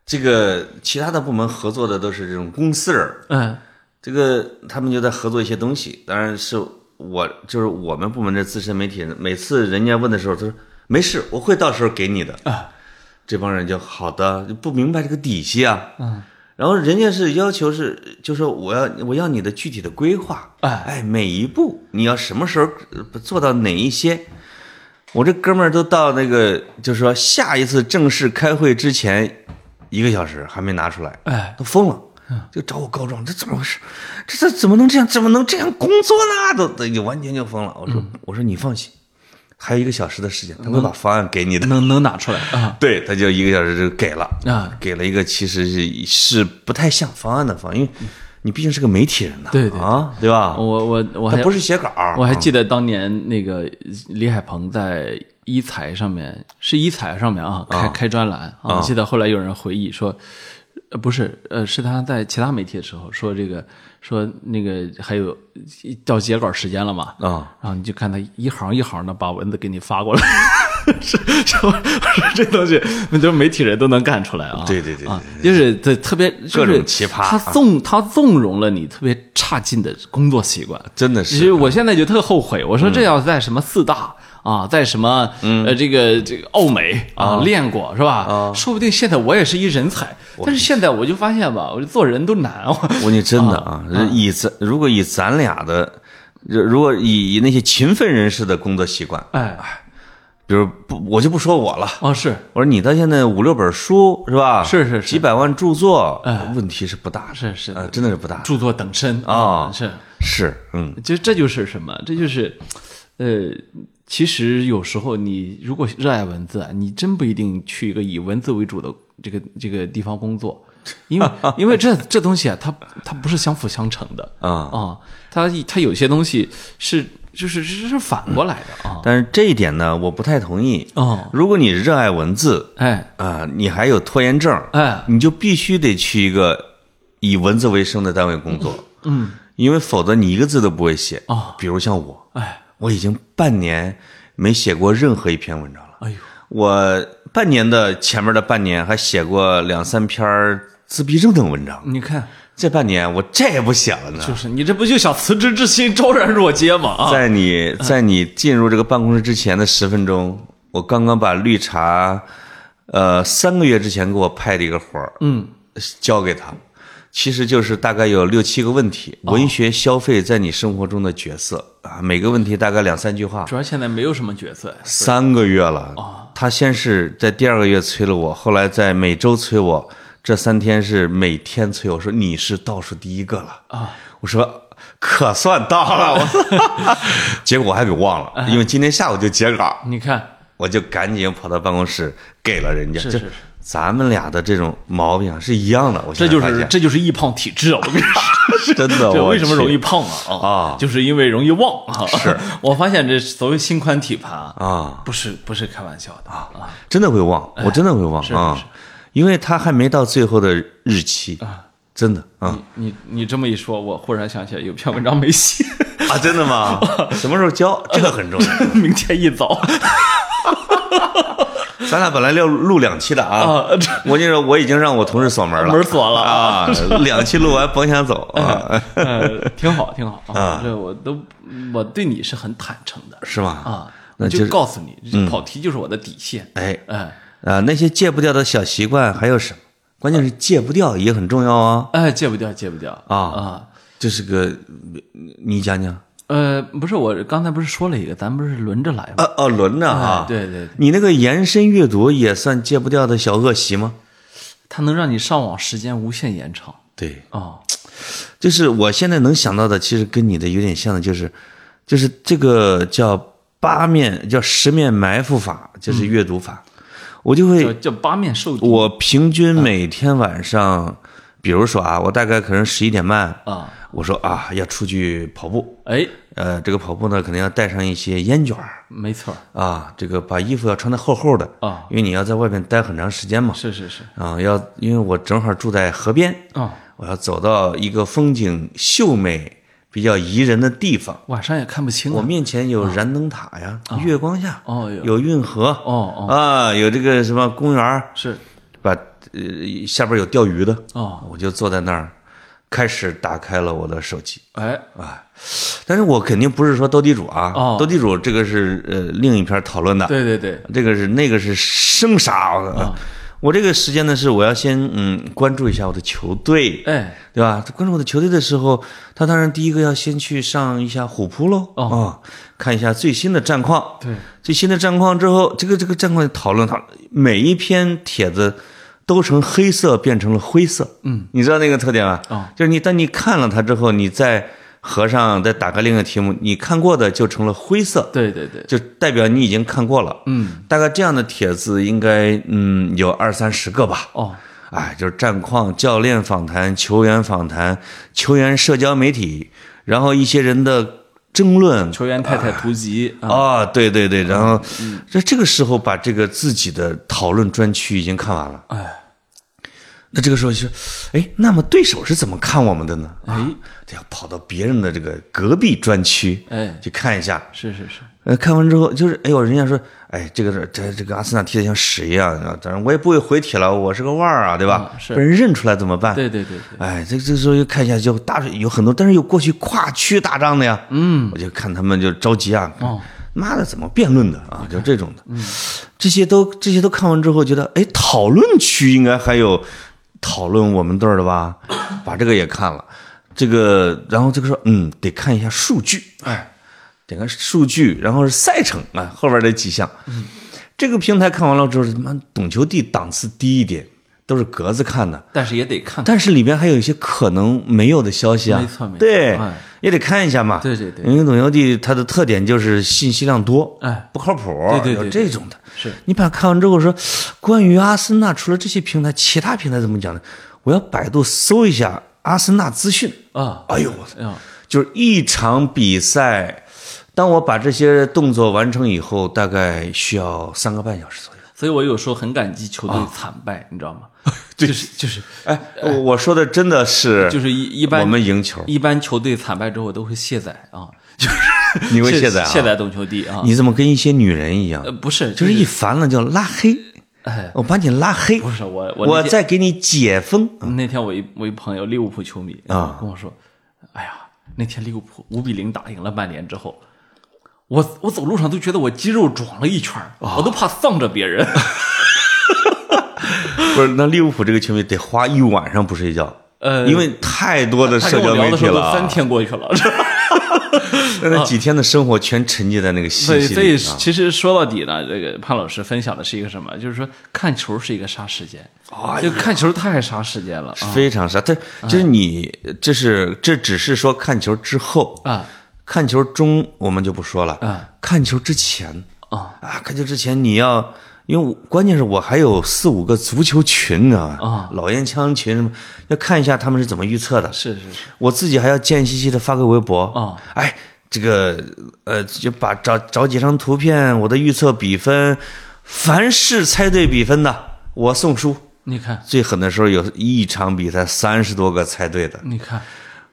[SPEAKER 2] 这个其他的部门合作的都是这种公司人儿，
[SPEAKER 1] 嗯
[SPEAKER 2] 这个他们就在合作一些东西，当然是我就是我们部门的资深媒体人，每次人家问的时候，他说没事，我会到时候给你的。
[SPEAKER 1] 啊，
[SPEAKER 2] 这帮人就好的就不明白这个底细啊。嗯，然后人家是要求是，就说我要我要你的具体的规划，
[SPEAKER 1] 哎
[SPEAKER 2] 哎，每一步你要什么时候呃做到哪一些。我这哥们儿都到那个，就是说下一次正式开会之前一个小时还没拿出来，
[SPEAKER 1] 哎
[SPEAKER 2] 都疯了，就找我告状，这怎么回事？这这怎么能这样？怎么能这样工作呢？都都就完全就疯了。我说、
[SPEAKER 1] 嗯
[SPEAKER 2] 我说你放心，还有一个小时的时间，他会把方案给你的。
[SPEAKER 1] 能能拿出来啊
[SPEAKER 2] 对，他就一个小时就给了
[SPEAKER 1] 啊，
[SPEAKER 2] 给了一个其实是是不太像方案的方案，因为你毕竟是个媒体人呐，
[SPEAKER 1] 对对
[SPEAKER 2] 啊，对吧？
[SPEAKER 1] 我我我还
[SPEAKER 2] 他不是写稿儿，
[SPEAKER 1] 我还记得当年那个李海鹏在一财上面，是一财上面啊开开专栏啊。我记得后来有人回忆说，呃，不是，呃，是他在其他媒体的时候说这个，说那个还有到截稿时间了嘛，
[SPEAKER 2] 啊，
[SPEAKER 1] 然后你就看他一行一行的把文字给你发过来。 是，是我说这东西，那就媒体人都能干出来啊！
[SPEAKER 2] 对对对对
[SPEAKER 1] 啊，就是这特别就是
[SPEAKER 2] 各种奇葩啊
[SPEAKER 1] 他纵他纵容了你特别差劲的工作习惯，
[SPEAKER 2] 真的
[SPEAKER 1] 其
[SPEAKER 2] 是
[SPEAKER 1] 实我现在就特后悔，我说这要在什么四大、啊，在什么呃这个这个奥美啊、练过是吧、说不定现在我也是一人才，但是现在我就发现吧，我这做人都难，我
[SPEAKER 2] 我跟你真的啊，以咱如果以咱俩的，如如果以以那些勤奋人士的工作习惯，
[SPEAKER 1] 哎
[SPEAKER 2] 比如不，我就不说我了。
[SPEAKER 1] 哦是
[SPEAKER 2] 我说你到现在五六本书是吧？
[SPEAKER 1] 是是是哎
[SPEAKER 2] 几百万著作，问题是不大的，
[SPEAKER 1] 是是
[SPEAKER 2] 呃，真的是不大的，
[SPEAKER 1] 著作等身
[SPEAKER 2] 啊
[SPEAKER 1] 是，
[SPEAKER 2] 是，嗯，
[SPEAKER 1] 就这就是什么，这就是呃。其实有时候你如果热爱文字啊，你真不一定去一个以文字为主的这个这个地方工作，因 为因为这这东西啊，它它不是相辅相成的。
[SPEAKER 2] 啊、
[SPEAKER 1] 啊，它它有些东西是就是是是反过来的啊。
[SPEAKER 2] 但是这一点呢，我不太同意。
[SPEAKER 1] 哦，
[SPEAKER 2] 如果你热爱文字
[SPEAKER 1] 哎
[SPEAKER 2] 啊、你还有拖延症，
[SPEAKER 1] 哎，
[SPEAKER 2] 你就必须得去一个以文字为生的单位工作。嗯，因为否则你一个字都不会写。
[SPEAKER 1] 哦
[SPEAKER 2] 比如像我，
[SPEAKER 1] 哎，
[SPEAKER 2] 我已经半年没写过任何一篇文章了。
[SPEAKER 1] 哎呦，
[SPEAKER 2] 我半年的前面的半年还写过两三篇儿自闭症的文章，
[SPEAKER 1] 你看，
[SPEAKER 2] 这半年我再也不写了呢。
[SPEAKER 1] 就是你这不就想辞职之心昭然若揭吗？啊，
[SPEAKER 2] 在你在你进入这个办公室之前的十分钟，我刚刚把绿茶，呃，三个月之前给我派的一个活儿，嗯，交给他，其实就是大概有六七个问题，文学消费在你生活中的角色啊，每个问题大概两三句话，
[SPEAKER 1] 主要现在没有什么角色。
[SPEAKER 2] 三个月
[SPEAKER 1] 哦
[SPEAKER 2] 了，他先是在第二个月催了我，后来在每周催我，这三天是每天催我说你是倒数第一个了啊！我说可算到了，我 说结果我还给忘
[SPEAKER 1] 啊
[SPEAKER 2] 了，因为今天下午就截稿，
[SPEAKER 1] 你看，
[SPEAKER 2] 我就赶紧跑到办公室给了人家。
[SPEAKER 1] 是
[SPEAKER 2] 就是
[SPEAKER 1] 是
[SPEAKER 2] 咱们俩的这种毛病啊是一样的，我
[SPEAKER 1] 这
[SPEAKER 2] 现在
[SPEAKER 1] 就
[SPEAKER 2] 发
[SPEAKER 1] 是
[SPEAKER 2] 现
[SPEAKER 1] 这就是易胖体质啊！我跟你说，
[SPEAKER 2] 真的
[SPEAKER 1] 这
[SPEAKER 2] 我
[SPEAKER 1] 为什么容易
[SPEAKER 2] 去
[SPEAKER 1] 胖啊？
[SPEAKER 2] 哦啊
[SPEAKER 1] 就是因为容易忘啊。是， 我发现这所谓心宽体盘啊，
[SPEAKER 2] 啊，
[SPEAKER 1] 不是不是开玩笑的啊。
[SPEAKER 2] 真的会忘，我真的会忘
[SPEAKER 1] 是是
[SPEAKER 2] 啊，因为他还没到最后的日期真的啊。
[SPEAKER 1] 你你这么一说，我忽然想起来有篇文章没写。
[SPEAKER 2] 啊，真的 吗？什么时候交？这个很重要。
[SPEAKER 1] 明天一早，
[SPEAKER 2] 咱咱俩本来要录两期的啊，我跟你说，我已经让我同事锁门了，
[SPEAKER 1] 门锁了
[SPEAKER 2] 啊，两期录完甭想走啊，
[SPEAKER 1] 呃，挺好，挺好啊！对我都，我对你是很坦诚的
[SPEAKER 2] 是吗？
[SPEAKER 1] 啊，
[SPEAKER 2] 那
[SPEAKER 1] 我
[SPEAKER 2] 就嗯
[SPEAKER 1] 就是告诉你，跑题就是我的底线。
[SPEAKER 2] 哎
[SPEAKER 1] 哎
[SPEAKER 2] 啊，那些戒不掉的小习惯还有什么？关键是戒不掉也很重要啊，
[SPEAKER 1] 哎，戒不掉，戒不掉
[SPEAKER 2] 啊
[SPEAKER 1] 啊！
[SPEAKER 2] 这是个，你你讲讲，
[SPEAKER 1] 呃，不是，我刚才不是说了一个，咱们不是轮着来吗？
[SPEAKER 2] 呃哦，轮着啊，
[SPEAKER 1] 哎对对对，
[SPEAKER 2] 你那个延伸阅读也算戒不掉的小恶习吗？
[SPEAKER 1] 它能让你上网时间无限延长
[SPEAKER 2] 对，
[SPEAKER 1] 啊！
[SPEAKER 2] 就是我现在能想到的，其实跟你的有点像的，就是，就是这个叫八面叫十面埋伏法，就是阅读法。我就
[SPEAKER 1] 叫
[SPEAKER 2] 会，
[SPEAKER 1] 叫八面受敌
[SPEAKER 2] 我平均每天晚上，比如说啊，我大概可能十一点半，
[SPEAKER 1] 啊！
[SPEAKER 2] 我说啊要出去跑步，
[SPEAKER 1] 哎，
[SPEAKER 2] 呃，这个跑步呢可能要带上一些烟卷儿
[SPEAKER 1] 没错儿，
[SPEAKER 2] 啊，这个把衣服要穿的厚厚的
[SPEAKER 1] 啊，
[SPEAKER 2] 因为你要在外面待很长时间嘛。
[SPEAKER 1] 是是是
[SPEAKER 2] 啊，要因为我正好住在河边，
[SPEAKER 1] 啊！
[SPEAKER 2] 我要走到一个风景秀美、比较宜人的地方。
[SPEAKER 1] 晚上也看不清
[SPEAKER 2] 我
[SPEAKER 1] 啊！
[SPEAKER 2] 面前有燃灯塔呀，月光下，
[SPEAKER 1] 哦哟
[SPEAKER 2] 有运河，
[SPEAKER 1] 哦哦
[SPEAKER 2] 啊，有这个什么公园儿，
[SPEAKER 1] 是
[SPEAKER 2] 把呃下边有钓鱼的，
[SPEAKER 1] 哦，
[SPEAKER 2] 我就坐在那儿，开始打开了我的手机。
[SPEAKER 1] 哎
[SPEAKER 2] 但是我肯定不是说斗地主啊，
[SPEAKER 1] 哦
[SPEAKER 2] 斗地主这个是呃另一篇讨论的，
[SPEAKER 1] 对哦对对，
[SPEAKER 2] 这个是那个是生杀，我操我这个时间呢是我要先嗯关注一下我的球队，
[SPEAKER 1] 哎
[SPEAKER 2] 对吧？他关注我的球队的时候，他当然第一个要先去上一下虎扑喽，啊、看一下最新的战况。
[SPEAKER 1] 对，
[SPEAKER 2] 最新的战况之后，这个这个战况讨论讨论，每一篇帖子都从黑色变成了灰色。嗯，你知道那个特点吧？
[SPEAKER 1] 啊
[SPEAKER 2] 就是你当你看了它之后，你再合上再打开另一个题目，你看过的就成了灰色，
[SPEAKER 1] 对对对，
[SPEAKER 2] 就代表你已经看过了。
[SPEAKER 1] 嗯，
[SPEAKER 2] 大概这样的帖子应该嗯有二三十个吧。
[SPEAKER 1] 哦
[SPEAKER 2] 哎，就是战况、教练访谈、球员访谈、球员社交媒体，然后一些人的争论
[SPEAKER 1] 球员太太图集啊，嗯
[SPEAKER 2] 啊、对对对，然后这这个时候把这个自己的讨论专区已经看完了，
[SPEAKER 1] 哎
[SPEAKER 2] 那这个时候就，哎，那么对手是怎么看我们的呢？啊
[SPEAKER 1] 哎
[SPEAKER 2] 得要跑到别人的这个隔壁专区，
[SPEAKER 1] 哎，
[SPEAKER 2] 去看一下，
[SPEAKER 1] 是是是，
[SPEAKER 2] 呃，看完之后就是，哎呦，人家说，哎，这个这这个阿森纳踢的像屎一样，啊当然我也不会回帖了，我是个腕儿啊，对吧？
[SPEAKER 1] 嗯是
[SPEAKER 2] 被人认出来怎么办？
[SPEAKER 1] 对对对对，
[SPEAKER 2] 哎，这这时候又看一下，就大有很多，但是有过去跨区打仗的呀。嗯，我就看他们就着急啊，
[SPEAKER 1] 哦
[SPEAKER 2] 妈的怎么辩论的啊，就这种的。嗯，这些都这些都看完之后，觉得哎，讨论区应该还有讨论我们队儿的吧？把这个也看了，这个然后这个说嗯，得看一下数据，哎，得看数据，然后是赛程啊，后边这几项。嗯，这个平台看完了之后，他妈懂球帝档次低一点，都是格子看的。
[SPEAKER 1] 但是也得看看，
[SPEAKER 2] 但是里边还有一些可能没有的消息啊，
[SPEAKER 1] 没错没错
[SPEAKER 2] 对
[SPEAKER 1] 哎，
[SPEAKER 2] 也得看一下嘛。
[SPEAKER 1] 对对对
[SPEAKER 2] 因为董小弟他的特点就是信息量多，
[SPEAKER 1] 哎，
[SPEAKER 2] 不靠谱，
[SPEAKER 1] 对对对
[SPEAKER 2] 有这种的。
[SPEAKER 1] 是
[SPEAKER 2] 你把它看完之后说，关于阿森纳除了这些平台，其他平台怎么讲呢？我要百度搜一下阿森纳资讯。
[SPEAKER 1] 啊
[SPEAKER 2] 哎呦，我操！
[SPEAKER 1] 啊
[SPEAKER 2] 就是一场比赛，当我把这些动作完成以后，大概需要三个半小时左右。
[SPEAKER 1] 所以我有时候很感激球队惨败，你知道吗？就是就是
[SPEAKER 2] 啊哎，我我说的真的是，
[SPEAKER 1] 就是一一般
[SPEAKER 2] 我们赢球，
[SPEAKER 1] 一般球队惨败之后，我都会卸载啊，就是
[SPEAKER 2] 你会卸载啊？
[SPEAKER 1] 卸载懂球帝啊。
[SPEAKER 2] 你怎么跟一些女人一样
[SPEAKER 1] 呃，？不是，
[SPEAKER 2] 就是一烦了就拉黑，
[SPEAKER 1] 哎，
[SPEAKER 2] 我把你拉黑，
[SPEAKER 1] 不是我我
[SPEAKER 2] 我
[SPEAKER 1] 那天
[SPEAKER 2] 再给你解封。
[SPEAKER 1] 那天我一我一朋友利物浦球迷
[SPEAKER 2] 啊
[SPEAKER 1] 跟我说，哎呀，那天利物浦五比零打赢了曼联之后，我我走路上都觉得我肌肉壮了一圈儿，我都怕丧着别 人。
[SPEAKER 2] 不是，那利物浦这个球迷得花一晚上不睡觉，
[SPEAKER 1] 呃
[SPEAKER 2] 因为太多的
[SPEAKER 1] 他
[SPEAKER 2] 社
[SPEAKER 1] 跟我
[SPEAKER 2] 交
[SPEAKER 1] 聊
[SPEAKER 2] 媒
[SPEAKER 1] 的
[SPEAKER 2] 体
[SPEAKER 1] 时候
[SPEAKER 2] 了
[SPEAKER 1] 都三
[SPEAKER 2] 啊，
[SPEAKER 1] 天过去 了，
[SPEAKER 2] 那那几天的生活全沉浸在那个
[SPEAKER 1] 所
[SPEAKER 2] 信
[SPEAKER 1] 以
[SPEAKER 2] 息
[SPEAKER 1] 所以
[SPEAKER 2] 里啊。
[SPEAKER 1] 其实说到底呢，这个潘老师分享的是一个什么？就是说看球是一个杀时间，
[SPEAKER 2] 哎
[SPEAKER 1] 就看球太杀时间了啊
[SPEAKER 2] 非常傻，但就是你，这是这只是说看球之后，
[SPEAKER 1] 啊
[SPEAKER 2] 看球中我们就不说了，
[SPEAKER 1] 啊
[SPEAKER 2] 看球之前
[SPEAKER 1] 啊
[SPEAKER 2] 啊，看球之前你要，因为我关键是我还有四五个足球群呢，
[SPEAKER 1] 啊
[SPEAKER 2] 老烟枪群什么，要看一下他们是怎么预测的。
[SPEAKER 1] 是是是，
[SPEAKER 2] 我自己还要贱兮兮的发个微博
[SPEAKER 1] 啊，
[SPEAKER 2] 哎，这个呃，就把找找几张图片，我的预测比分，凡是猜对比分的，我送书。
[SPEAKER 1] 你看
[SPEAKER 2] 最狠的时候有一场比赛三十多个猜对的，
[SPEAKER 1] 你看，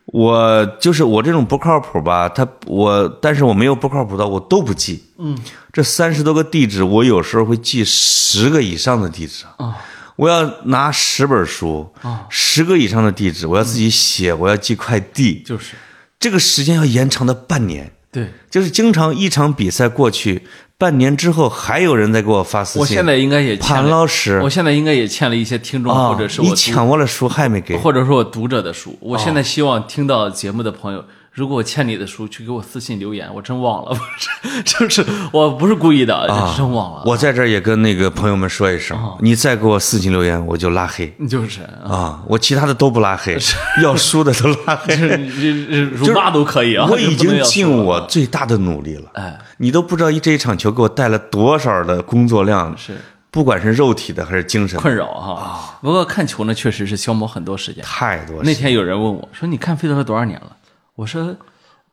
[SPEAKER 2] 我就是我这种不靠谱吧，他我，但是我没有不靠谱的，我都不记。嗯，这三十多个地址，我有时候会记十个以上的地址
[SPEAKER 1] 啊。
[SPEAKER 2] 我要拿十本书
[SPEAKER 1] 啊，
[SPEAKER 2] 十个以上的地址，我要自己写，我要寄快递，
[SPEAKER 1] 就是
[SPEAKER 2] 这个时间要延长到半年。
[SPEAKER 1] 对。
[SPEAKER 2] 就是经常一场比赛过去，半年之后还有人在给我发私信。
[SPEAKER 1] 我现在应该也欠
[SPEAKER 2] 潘
[SPEAKER 1] 了
[SPEAKER 2] 老师
[SPEAKER 1] 我现在应该也欠了一些听众
[SPEAKER 2] 啊，
[SPEAKER 1] 或者是
[SPEAKER 2] 你
[SPEAKER 1] 我读
[SPEAKER 2] 抢我的书还没给，
[SPEAKER 1] 或者说我读者的书。我现在
[SPEAKER 2] 哦
[SPEAKER 1] 希望听到节目的朋友，如果我欠你的书，去给我私信留言。我真忘了， 不是，就是我不是故意的，真忘了。
[SPEAKER 2] 啊我在这儿也跟那个朋友们说一声，
[SPEAKER 1] 哦
[SPEAKER 2] 你再给我私信留言，我就拉黑
[SPEAKER 1] 就是
[SPEAKER 2] 啊！我其他的都不拉黑，要书的都拉 黑。
[SPEAKER 1] 这这辱骂都可以啊，
[SPEAKER 2] 我已
[SPEAKER 1] 这不能
[SPEAKER 2] 经
[SPEAKER 1] 要
[SPEAKER 2] 尽
[SPEAKER 1] 说
[SPEAKER 2] 我最大的努力了。
[SPEAKER 1] 哎，
[SPEAKER 2] 你都不知道这一场球给我带了多少的工作量，
[SPEAKER 1] 是
[SPEAKER 2] 不管是肉体的还是精神的，
[SPEAKER 1] 困扰
[SPEAKER 2] 啊
[SPEAKER 1] 哈。不过看球呢，确实是消磨很多时间。
[SPEAKER 2] 太多。
[SPEAKER 1] 那天有人问我说：“你看费德勒多少年了？”我说：“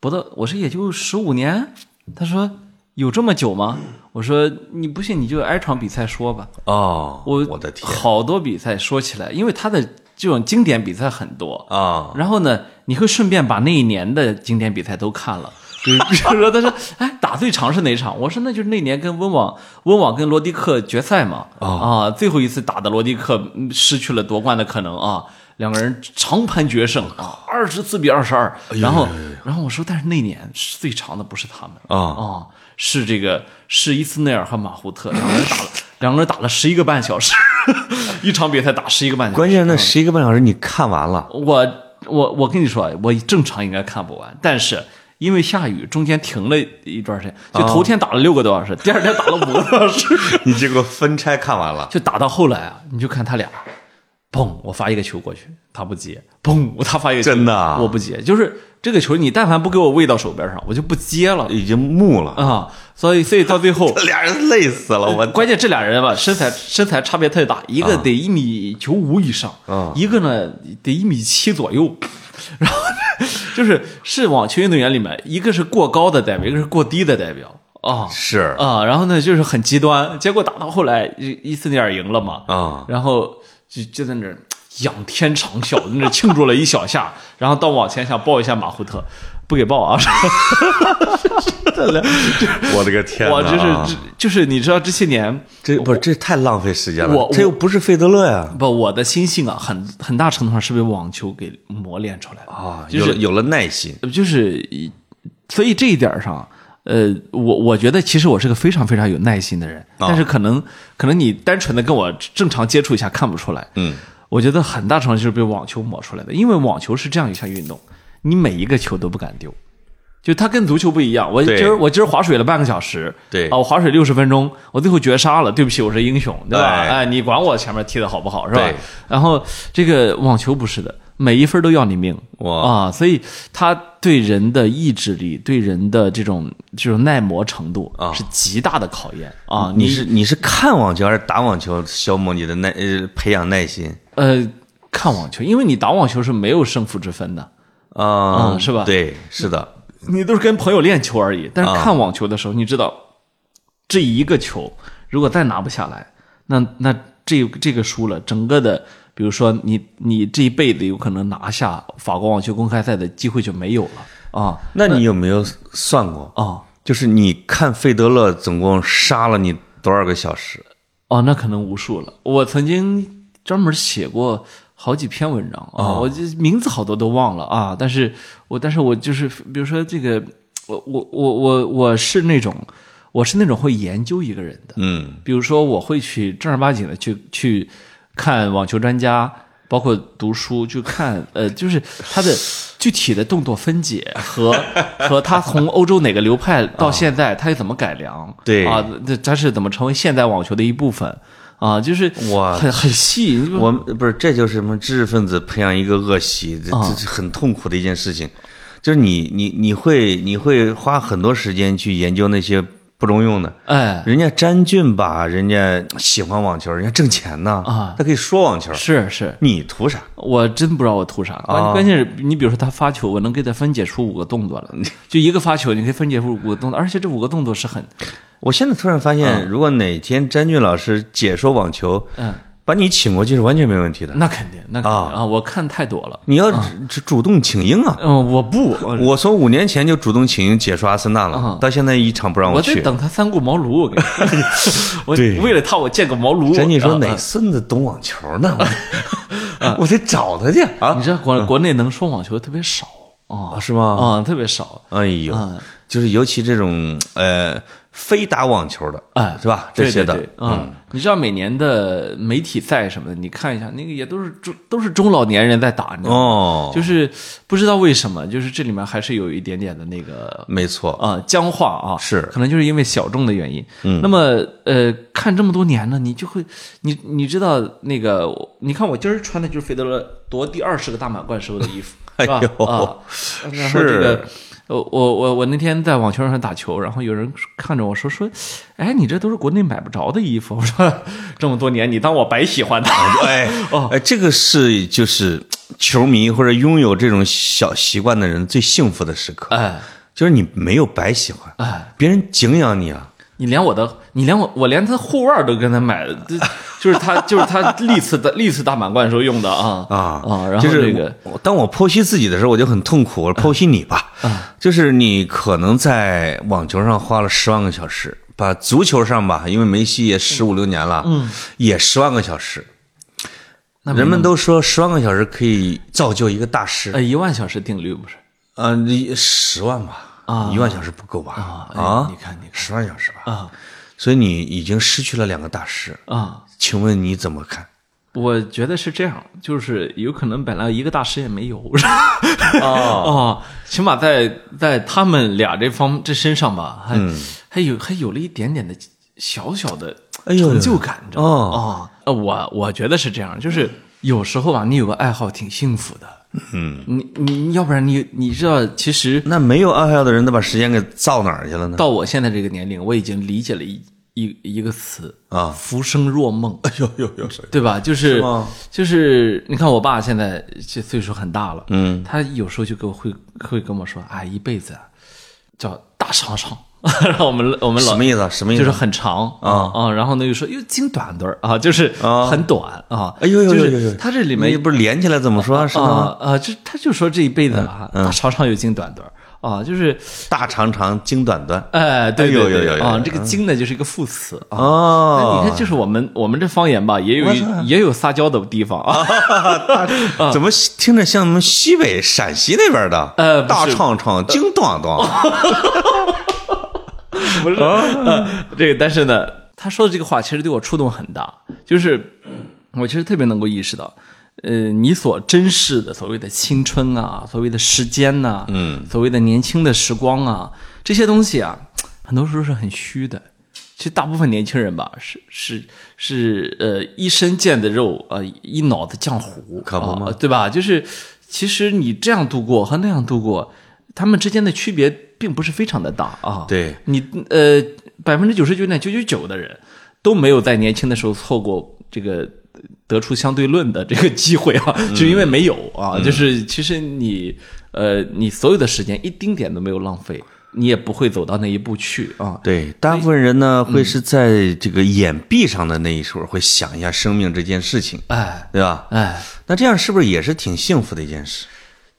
[SPEAKER 1] 不到，我说也就十五年。”他说：“有这么久吗？”我说：“你不信你就挨场比赛说吧。”
[SPEAKER 2] 哦，
[SPEAKER 1] 我
[SPEAKER 2] 我的天
[SPEAKER 1] 好多比赛说起来，因为他的这种经典比赛很多，
[SPEAKER 2] 啊！
[SPEAKER 1] 然后呢，你会顺便把那一年的经典比赛都看了。 比如比如说，他说：“哎，打最长是哪场？”我说：“那就是那年跟温网，温网跟罗迪克决赛嘛。
[SPEAKER 2] 哦
[SPEAKER 1] 啊，最后一次打的罗迪克嗯失去了夺冠的可能啊，两个人长盘决胜啊，
[SPEAKER 2] 哦
[SPEAKER 1] 二十四比二十二。
[SPEAKER 2] 哎
[SPEAKER 1] 然后，然后我说，但是那年是最长的不是他们
[SPEAKER 2] 啊
[SPEAKER 1] 哦是这个是伊斯内尔和马胡特两个人打了，两个人打了十一个半小时， 一场比赛打十一个半小时。
[SPEAKER 2] 关键那十一个半小时你看完了，
[SPEAKER 1] 我我我跟你说，我正常应该看不完，但是因为下雨，中间停了一段时间，就头天打了六个多小时，第二天打了五个多小时，
[SPEAKER 2] 你结果分拆看完了。
[SPEAKER 1] 就打到后来啊，你就看他俩，砰，我发一个球过去，他不接，砰，他发一个球
[SPEAKER 2] 真的啊
[SPEAKER 1] 我不接，就是这个球你但凡不给我喂到手边上，我就不接了
[SPEAKER 2] 已经木了，
[SPEAKER 1] 啊，所以所以到最后。
[SPEAKER 2] 俩人累死了， 我
[SPEAKER 1] 关键这俩人吧，身材身材差别特别大，一个得一米九五以上，
[SPEAKER 2] 啊
[SPEAKER 1] 一个呢得一米七左右。然后呢，就是是网球运动员里面，一个是过高的代表，一个是过低的代表啊
[SPEAKER 2] 是
[SPEAKER 1] 啊。然后呢，就是很极端，结果打到后来，伊伊斯内尔赢了嘛，
[SPEAKER 2] 啊，
[SPEAKER 1] 然后就就在那儿仰天长啸，在那儿庆祝了一小下，然后到网前想抱一下马胡特，不给抱啊。
[SPEAKER 2] 我的个天哪！
[SPEAKER 1] 我就是就是你知道这些年。
[SPEAKER 2] 这不是这太浪费时间了
[SPEAKER 1] 我，
[SPEAKER 2] 这又不是费德勒呀
[SPEAKER 1] 不，我的心性啊，很很大程度上是被网球给磨练出来的，
[SPEAKER 2] 啊，
[SPEAKER 1] 就
[SPEAKER 2] 有了
[SPEAKER 1] 是
[SPEAKER 2] 有了耐心
[SPEAKER 1] 就是一，所以这一点上，呃，我我觉得其实我是个非常非常有耐心的人，
[SPEAKER 2] 啊
[SPEAKER 1] 但是可能可能你单纯的跟我正常接触一下看不出来，
[SPEAKER 2] 嗯，
[SPEAKER 1] 我觉得很大程度就是被网球磨出来的，因为网球是这样一项运动，你每一个球都不敢丢。就它跟足球不一样，我今
[SPEAKER 2] 对
[SPEAKER 1] 儿我今儿划水了半个小时，
[SPEAKER 2] 对
[SPEAKER 1] 啊，我划水六十分钟，我最后绝杀了，对不起，我是英雄，对吧？
[SPEAKER 2] 哎
[SPEAKER 1] 哎，你管我前面踢的好不好是吧
[SPEAKER 2] 对？
[SPEAKER 1] 然后这个网球不是的，每一分都要你命
[SPEAKER 2] 哇
[SPEAKER 1] 啊，所以他对人的意志力、对人的这种这种耐磨程度
[SPEAKER 2] 啊
[SPEAKER 1] 是极大的考验啊。
[SPEAKER 2] 你是你是看网球还是打网球消磨你的耐呃培养耐心
[SPEAKER 1] 呃，看网球，因为你打网球是没有胜负之分的，
[SPEAKER 2] 啊？
[SPEAKER 1] 嗯是吧
[SPEAKER 2] 对，是的，
[SPEAKER 1] 你都是跟朋友练球而已。但
[SPEAKER 2] 啊
[SPEAKER 1] 是看网球的时候，你知道，这一个球如果再拿不下来，那那这这个输了，整个的，比如说你你这一辈子有可能拿下法国网球公开赛的机会就没有了啊
[SPEAKER 2] 那你有没有算过？
[SPEAKER 1] 啊
[SPEAKER 2] 就是你看费德勒总共杀了你多少个小时？
[SPEAKER 1] 哦，那可能无数了。我曾经专门写过好几篇文章啊，我这名字好多都忘了啊，但是我但是我就是比如说这个，我我我我我是那种我是那种会研究一个人的，
[SPEAKER 2] 嗯，
[SPEAKER 1] 比如说，我会去正儿八经的去去看网球专家，包括读书，去看呃，就是他的具体的动作分解和 和他从欧洲哪个流派到现在，他又怎么改良，
[SPEAKER 2] 对
[SPEAKER 1] 啊，这他是怎么成为现代网球的一部分啊，就是
[SPEAKER 2] 哇
[SPEAKER 1] 很很细，你
[SPEAKER 2] 我们不是，这就是什么知识分子培养一个恶习，这
[SPEAKER 1] 啊
[SPEAKER 2] 这是很痛苦的一件事情。就是你你你会你会花很多时间去研究那些不中用的。
[SPEAKER 1] 哎
[SPEAKER 2] 人家詹俊吧，人家喜欢网球，人家挣钱呢
[SPEAKER 1] 啊
[SPEAKER 2] 他可以说网球，
[SPEAKER 1] 是是。
[SPEAKER 2] 你图啥？
[SPEAKER 1] 我真不知道我图啥，
[SPEAKER 2] 哦
[SPEAKER 1] 关关键是你比如说他发球，我能给他分解出五个动作来，就一个发球，你可以分解出五个动作，而且这五个动作是很
[SPEAKER 2] 我现在突然发现，如果哪天詹俊老师解说网球，
[SPEAKER 1] 嗯，
[SPEAKER 2] 把你请过去是完全没问题的。
[SPEAKER 1] 那肯定，那肯定
[SPEAKER 2] 啊
[SPEAKER 1] 啊！我看太多了。
[SPEAKER 2] 你要只只主动请缨啊！
[SPEAKER 1] 嗯，我不，
[SPEAKER 2] 我从五年前就主动请缨解说阿森纳了
[SPEAKER 1] 啊，
[SPEAKER 2] 到现在一场不让
[SPEAKER 1] 我得
[SPEAKER 2] 去。
[SPEAKER 1] 等他三顾茅庐。我跟你 说，我
[SPEAKER 2] 对
[SPEAKER 1] 为了他，我建个茅庐。
[SPEAKER 2] 咱你说
[SPEAKER 1] 啊
[SPEAKER 2] 哪
[SPEAKER 1] 啊
[SPEAKER 2] 孙子懂网球呢？
[SPEAKER 1] 嗯
[SPEAKER 2] 我我得找他去啊
[SPEAKER 1] 你！知道国国内能说网球特别少啊
[SPEAKER 2] 啊，是吗？
[SPEAKER 1] 啊，特别少。
[SPEAKER 2] 哎呦，
[SPEAKER 1] 嗯
[SPEAKER 2] 就是尤其这种呃非打网球的，
[SPEAKER 1] 哎，
[SPEAKER 2] 是吧？
[SPEAKER 1] 对
[SPEAKER 2] 这些的
[SPEAKER 1] 对对，嗯，你知道每年的媒体赛什么的，你看一下，那个也都是中都是中老年人在打，你知道吗？
[SPEAKER 2] 哦，
[SPEAKER 1] 就是不知道为什么，就是这里面还是有一点点的那个
[SPEAKER 2] 没错，
[SPEAKER 1] 啊、僵化啊，
[SPEAKER 2] 是
[SPEAKER 1] 可能就是因为小众的原因。嗯，那么呃，看这么多年呢，你就会，你你知道那个，你看我今儿穿的就是费德勒夺第二十个大满贯时候的衣服，是吧？
[SPEAKER 2] 呦
[SPEAKER 1] 啊，然后这个。呃，我我我那天在网球上打球，然后有人看着我说说，哎，你这都是国内买不着的衣服。我说 这么多年，你当我白喜欢他？
[SPEAKER 2] 哎
[SPEAKER 1] 哦
[SPEAKER 2] 哎，这个是就是球迷或者拥有这种小习惯的人最幸福的时刻，
[SPEAKER 1] 哎
[SPEAKER 2] 就是你没有白喜欢，
[SPEAKER 1] 哎，
[SPEAKER 2] 别人敬仰你啊。
[SPEAKER 1] 你连我的，你连我，我连他护腕都跟他买的，这就是他，就是他历次的历次大满贯时候用的啊
[SPEAKER 2] 啊
[SPEAKER 1] 啊！然后
[SPEAKER 2] 就
[SPEAKER 1] 这
[SPEAKER 2] 是
[SPEAKER 1] 个，啊
[SPEAKER 2] 我当我剖析自己的时候，我就很痛苦。我说剖析你吧，就是你可能在网球上花了十万个小时，把足球上吧，因为梅西也十五六年了，嗯，也十万个小时。人们都说十万个小时可以造就一个大师，
[SPEAKER 1] 呃，一万小时定律不是
[SPEAKER 2] 啊，你十万吧，
[SPEAKER 1] 啊
[SPEAKER 2] 一万小时不够吧？啊
[SPEAKER 1] 哎你看你看
[SPEAKER 2] 十万小时吧，
[SPEAKER 1] 啊
[SPEAKER 2] 所以你已经失去了两个大师，
[SPEAKER 1] 啊？
[SPEAKER 2] 请问你怎么看？
[SPEAKER 1] 我觉得是这样，就是有可能本来一个大师也没有， 哦，起码在在他们俩这方这身上吧，还、
[SPEAKER 2] 嗯
[SPEAKER 1] 还有还有了一点点的小小的
[SPEAKER 2] 哎呦
[SPEAKER 1] 成就感，你知道吗？
[SPEAKER 2] 哦
[SPEAKER 1] 啊、呃我我觉得是这样，就是有时候吧，你有个爱好挺幸福的，嗯，你你要不然你你知道，其实
[SPEAKER 2] 那没有爱好的人，他把时间给造哪儿去了呢？
[SPEAKER 1] 到我现在这个年龄，我已经理解了一一一个词
[SPEAKER 2] 啊哎
[SPEAKER 1] 浮生若梦。
[SPEAKER 2] 有有有，
[SPEAKER 1] 对吧？就是
[SPEAKER 2] 是吗
[SPEAKER 1] 就是，你看我爸现在这岁数很大了，嗯，他有时候就给我会会跟我说啊，一辈子啊叫大长长， 然后我们我们
[SPEAKER 2] 什
[SPEAKER 1] 老
[SPEAKER 2] 么意思啊？什么意
[SPEAKER 1] 就
[SPEAKER 2] 思？
[SPEAKER 1] 是很长啊啊，然后呢又说又精短短儿啊，就是
[SPEAKER 2] 啊
[SPEAKER 1] 很短啊，
[SPEAKER 2] 哎呦呦
[SPEAKER 1] 就
[SPEAKER 2] 呦呦
[SPEAKER 1] 是
[SPEAKER 2] 呦，
[SPEAKER 1] 他这里面
[SPEAKER 2] 你不是连起来怎么嗯说？是吗？
[SPEAKER 1] 啊啊，就他就说这一辈子啊，大长长又精短短儿啊，就是
[SPEAKER 2] 大长长，精短短。
[SPEAKER 1] 哎，对
[SPEAKER 2] 哎呦
[SPEAKER 1] 对
[SPEAKER 2] 呦呦
[SPEAKER 1] 对
[SPEAKER 2] 呦
[SPEAKER 1] 啊，
[SPEAKER 2] 呦
[SPEAKER 1] 这个精呢就是一个副词啊。那
[SPEAKER 2] 哦，
[SPEAKER 1] 你看，就是我们我们这方言吧，也有一也有撒娇的地方啊。
[SPEAKER 2] 怎么听着像我们西北陕西那边的？
[SPEAKER 1] 呃不哦
[SPEAKER 2] 大
[SPEAKER 1] 是
[SPEAKER 2] 长长，精短短。
[SPEAKER 1] 不是、
[SPEAKER 2] 啊
[SPEAKER 1] 呃这个，但是呢，他说的这个话其实对我触动很大，就是我其实特别能够意识到，呃，你所珍视的所谓的青春啊，所谓的时间呐、嗯，所谓的年轻的时光啊，这些东西啊，很多时候是很虚的。其实大部分年轻人吧，是是是，呃，一身腱子肉，呃，一脑子浆糊，
[SPEAKER 2] 可不吗
[SPEAKER 1] 啊对吧？就是其实你这样度过和那样度过，他们之间的区别并不是非常的大啊。
[SPEAKER 2] 对，
[SPEAKER 1] 你呃百分之九十九点九九九的人都没有在年轻的时候错过这个得出相对论的这个机会啊，就因为没有啊，就是其实你呃你所有的时间一丁点都没有浪费，你也不会走到那一步去啊。
[SPEAKER 2] 对，大部分人呢
[SPEAKER 1] 嗯
[SPEAKER 2] 会是在这个眼闭上的那一会儿会想一下生命这件事情，
[SPEAKER 1] 哎
[SPEAKER 2] 对吧？
[SPEAKER 1] 哎，
[SPEAKER 2] 那这样是不是也是挺幸福的一件事？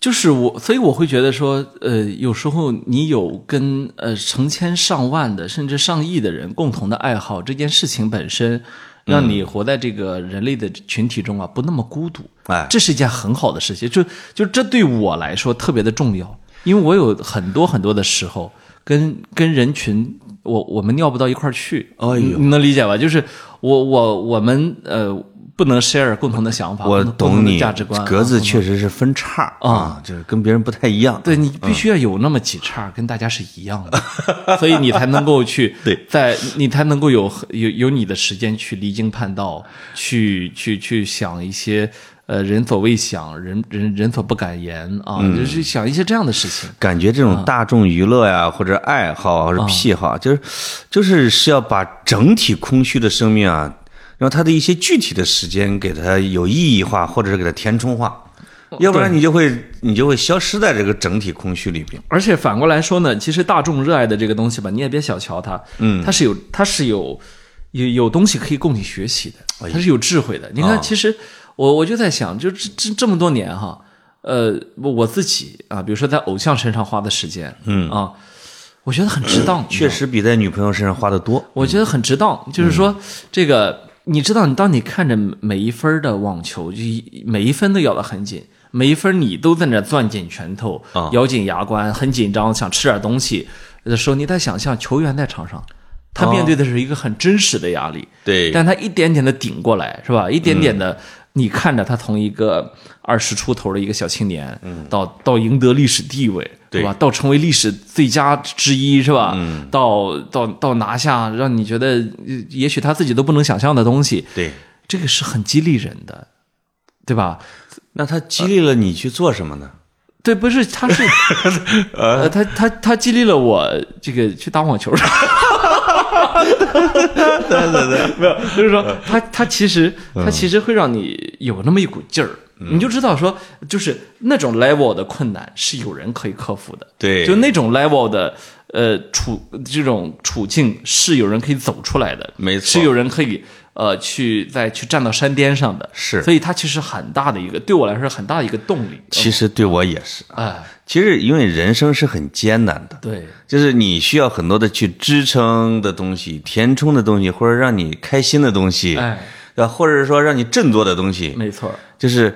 [SPEAKER 1] 就是我，所以我会觉得说，呃，有时候你有跟呃成千上万的甚至上亿的人共同的爱好，这件事情本身，让你活在这个人类的群体中啊，不那么孤独，
[SPEAKER 2] 哎
[SPEAKER 1] 这是一件很好的事情。就就这对我来说特别的重要，因为我有很多很多的时候跟跟人群，我我们尿不到一块儿去，
[SPEAKER 2] 哎呦
[SPEAKER 1] 你你能理解吧？就是我我我们呃不能 share 共同的想法，
[SPEAKER 2] 我
[SPEAKER 1] 啊共同共同
[SPEAKER 2] 懂
[SPEAKER 1] 的
[SPEAKER 2] 你，
[SPEAKER 1] 价值观啊，
[SPEAKER 2] 格子确实是分叉啊，就是跟别人不太一样。
[SPEAKER 1] 对你必须要有那么几叉，跟大家是一样的，所以你才能够去
[SPEAKER 2] 对，
[SPEAKER 1] 在你才能够有有有你的时间去离经叛道，去去去想一些呃人所未想，人人人所不敢言啊，就是想一些这样的事情。
[SPEAKER 2] 感觉这
[SPEAKER 1] 啊
[SPEAKER 2] 种大众娱乐呀，或者爱好啊或者癖好，就是就是是要把整体空虚的生命啊，让它的一些具体的时间给它有意义化，或者是给它填充化，
[SPEAKER 1] 哦
[SPEAKER 2] 要不然你就会你就会消失在这个整体空虚里边。
[SPEAKER 1] 而且反
[SPEAKER 2] 嗯
[SPEAKER 1] 过来说呢，其实大众热爱的这个东西吧，你也别小瞧它，嗯，它是有它是有有有东西可以供你学习
[SPEAKER 2] 哎
[SPEAKER 1] 的，它是有智慧的。你
[SPEAKER 2] 啊
[SPEAKER 1] 看，其实我我就在想，就这这这么多年哈，呃，我我自己啊，比如说在偶像身上花的时间，嗯啊，我觉得很值当，
[SPEAKER 2] 嗯确实比在女朋友身上花的多。
[SPEAKER 1] 我觉得很值当，就是说这个，你知道，你当你看着每一分的网球，就一每一分都咬得很紧，每一分你都在那攥紧拳头
[SPEAKER 2] 啊，
[SPEAKER 1] 咬紧牙关，很紧张，想吃点东西的时候，你在想象球员在场上，他面对的是一个很真实的压力，
[SPEAKER 2] 对，嗯
[SPEAKER 1] 但他一点点的顶过来，是吧？一点点的，你看着他从一个二十出头的一个小青年，到到赢得历史地位，
[SPEAKER 2] 嗯对嗯
[SPEAKER 1] 是吧？到成为历史最佳之一，是吧？到到到拿下让你觉得呃也许他自己都不能想象的东西，
[SPEAKER 2] 对，
[SPEAKER 1] 这个是很激励人的，对吧？
[SPEAKER 2] 那他激励了你去做什么呢？
[SPEAKER 1] 对，不是，他 是，呃，他他他激励了我这个去打网球。对对对，没有，就是
[SPEAKER 2] 嗯
[SPEAKER 1] 说他他其实他其实会让你有那么一股劲儿，
[SPEAKER 2] 嗯
[SPEAKER 1] 你就知道说，就是那种 level 的困难是有人可以克服的，
[SPEAKER 2] 对，
[SPEAKER 1] 就那种 level 的呃处这种处境是有人可以走出来的，
[SPEAKER 2] 没错
[SPEAKER 1] 是有人可以呃去再去站到山巅上的，
[SPEAKER 2] 是
[SPEAKER 1] 所以它其实很大的一个对我来说是很大的一个动力，
[SPEAKER 2] 其实对我也是。
[SPEAKER 1] 哎，
[SPEAKER 2] 其实因为人生是很艰难的，
[SPEAKER 1] 对。
[SPEAKER 2] 就是你需要很多的去支撑的东西、填充的东西，或者让你开心的东西，
[SPEAKER 1] 哎，
[SPEAKER 2] 对吧？或者说让你振作的东西。
[SPEAKER 1] 没错儿，
[SPEAKER 2] 就是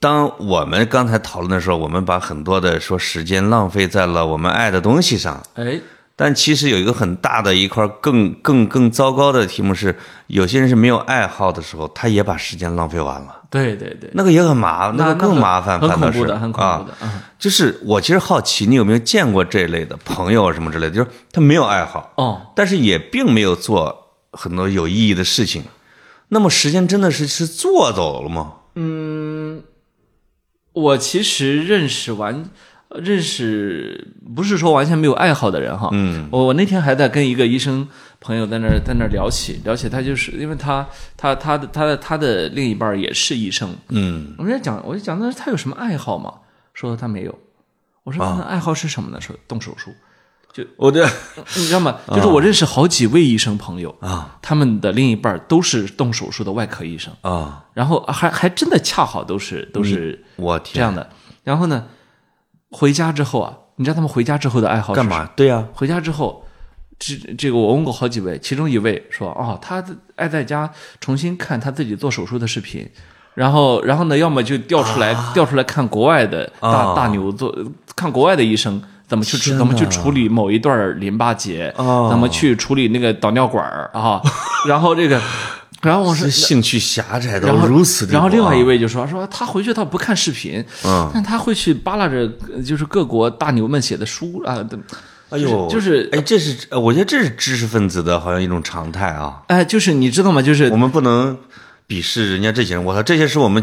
[SPEAKER 2] 当我们刚才讨论的时候，我们把很多的说时间浪费在了我们爱的东西上，
[SPEAKER 1] 哎，
[SPEAKER 2] 但其实有一个很大的一块更更更糟糕的题目是，有些人是没有爱好的时候，他也把时间浪费完了，
[SPEAKER 1] 对对对，
[SPEAKER 2] 那个也很麻，
[SPEAKER 1] 那
[SPEAKER 2] 个
[SPEAKER 1] 那
[SPEAKER 2] 更
[SPEAKER 1] 很
[SPEAKER 2] 麻烦，
[SPEAKER 1] 很
[SPEAKER 2] 反倒
[SPEAKER 1] 恐
[SPEAKER 2] 是
[SPEAKER 1] 怖的，很恐
[SPEAKER 2] 啊
[SPEAKER 1] 怖的，嗯，
[SPEAKER 2] 就是我其实好奇，你有没有见过这类的朋友什么之类的？就是他没有爱好，
[SPEAKER 1] 哦，
[SPEAKER 2] 但是也并没有做很多有意义的事情。那么时间真的是是做走了吗？
[SPEAKER 1] 我其实认识完。呃认识不是说完全没有爱好的人哈，嗯，我我那天还在跟一个医生朋友在那儿在那儿聊起聊起，他就是因为他他他的他的他的另一半儿也是医生，
[SPEAKER 2] 嗯，
[SPEAKER 1] 我们在讲我就讲那他有什么爱好吗？说他没有，我说那爱好是什么呢？说动手 术，
[SPEAKER 2] 我的
[SPEAKER 1] 你知道吗？就是我认识好几位医生朋友
[SPEAKER 2] 啊，
[SPEAKER 1] 他们的另一半儿都是动手术的外科医生，
[SPEAKER 2] 啊，
[SPEAKER 1] 然后还还真的恰好都
[SPEAKER 2] 嗯
[SPEAKER 1] 是都是
[SPEAKER 2] 我
[SPEAKER 1] 这
[SPEAKER 2] 天，
[SPEAKER 1] 样的。然后呢，回家之后啊，你知道他们回家之后的爱好是
[SPEAKER 2] 干
[SPEAKER 1] 什么？
[SPEAKER 2] 嘛？对呀、
[SPEAKER 1] 回家之后，这这个我问过好几位，其中一位说，哦，他爱在家重新看他自己做手术的视频。然后，然后呢？要么就调出来，调出来看国外的大、
[SPEAKER 2] 啊
[SPEAKER 1] 大牛做，看国外的医生怎么去处，
[SPEAKER 2] 天
[SPEAKER 1] 怎么去
[SPEAKER 2] 哪
[SPEAKER 1] 处理某一段淋巴结，
[SPEAKER 2] 哦
[SPEAKER 1] 怎么去处理那个导尿管儿 啊。然后这个，然后我说
[SPEAKER 2] 这兴趣狭窄到
[SPEAKER 1] 然后
[SPEAKER 2] 如此地步啊
[SPEAKER 1] 然后另外一位就说说他回去倒不看视频，
[SPEAKER 2] 嗯
[SPEAKER 1] 但他会去扒拉着呃就是各国大牛们写的书啊，对
[SPEAKER 2] 哎呦，
[SPEAKER 1] 就是
[SPEAKER 2] 哎，这是呃我觉得这是知识分子的好像一种常态啊。
[SPEAKER 1] 哎，就是你知道吗？就是
[SPEAKER 2] 我们不能鄙视人家这些人，我操，这些是我们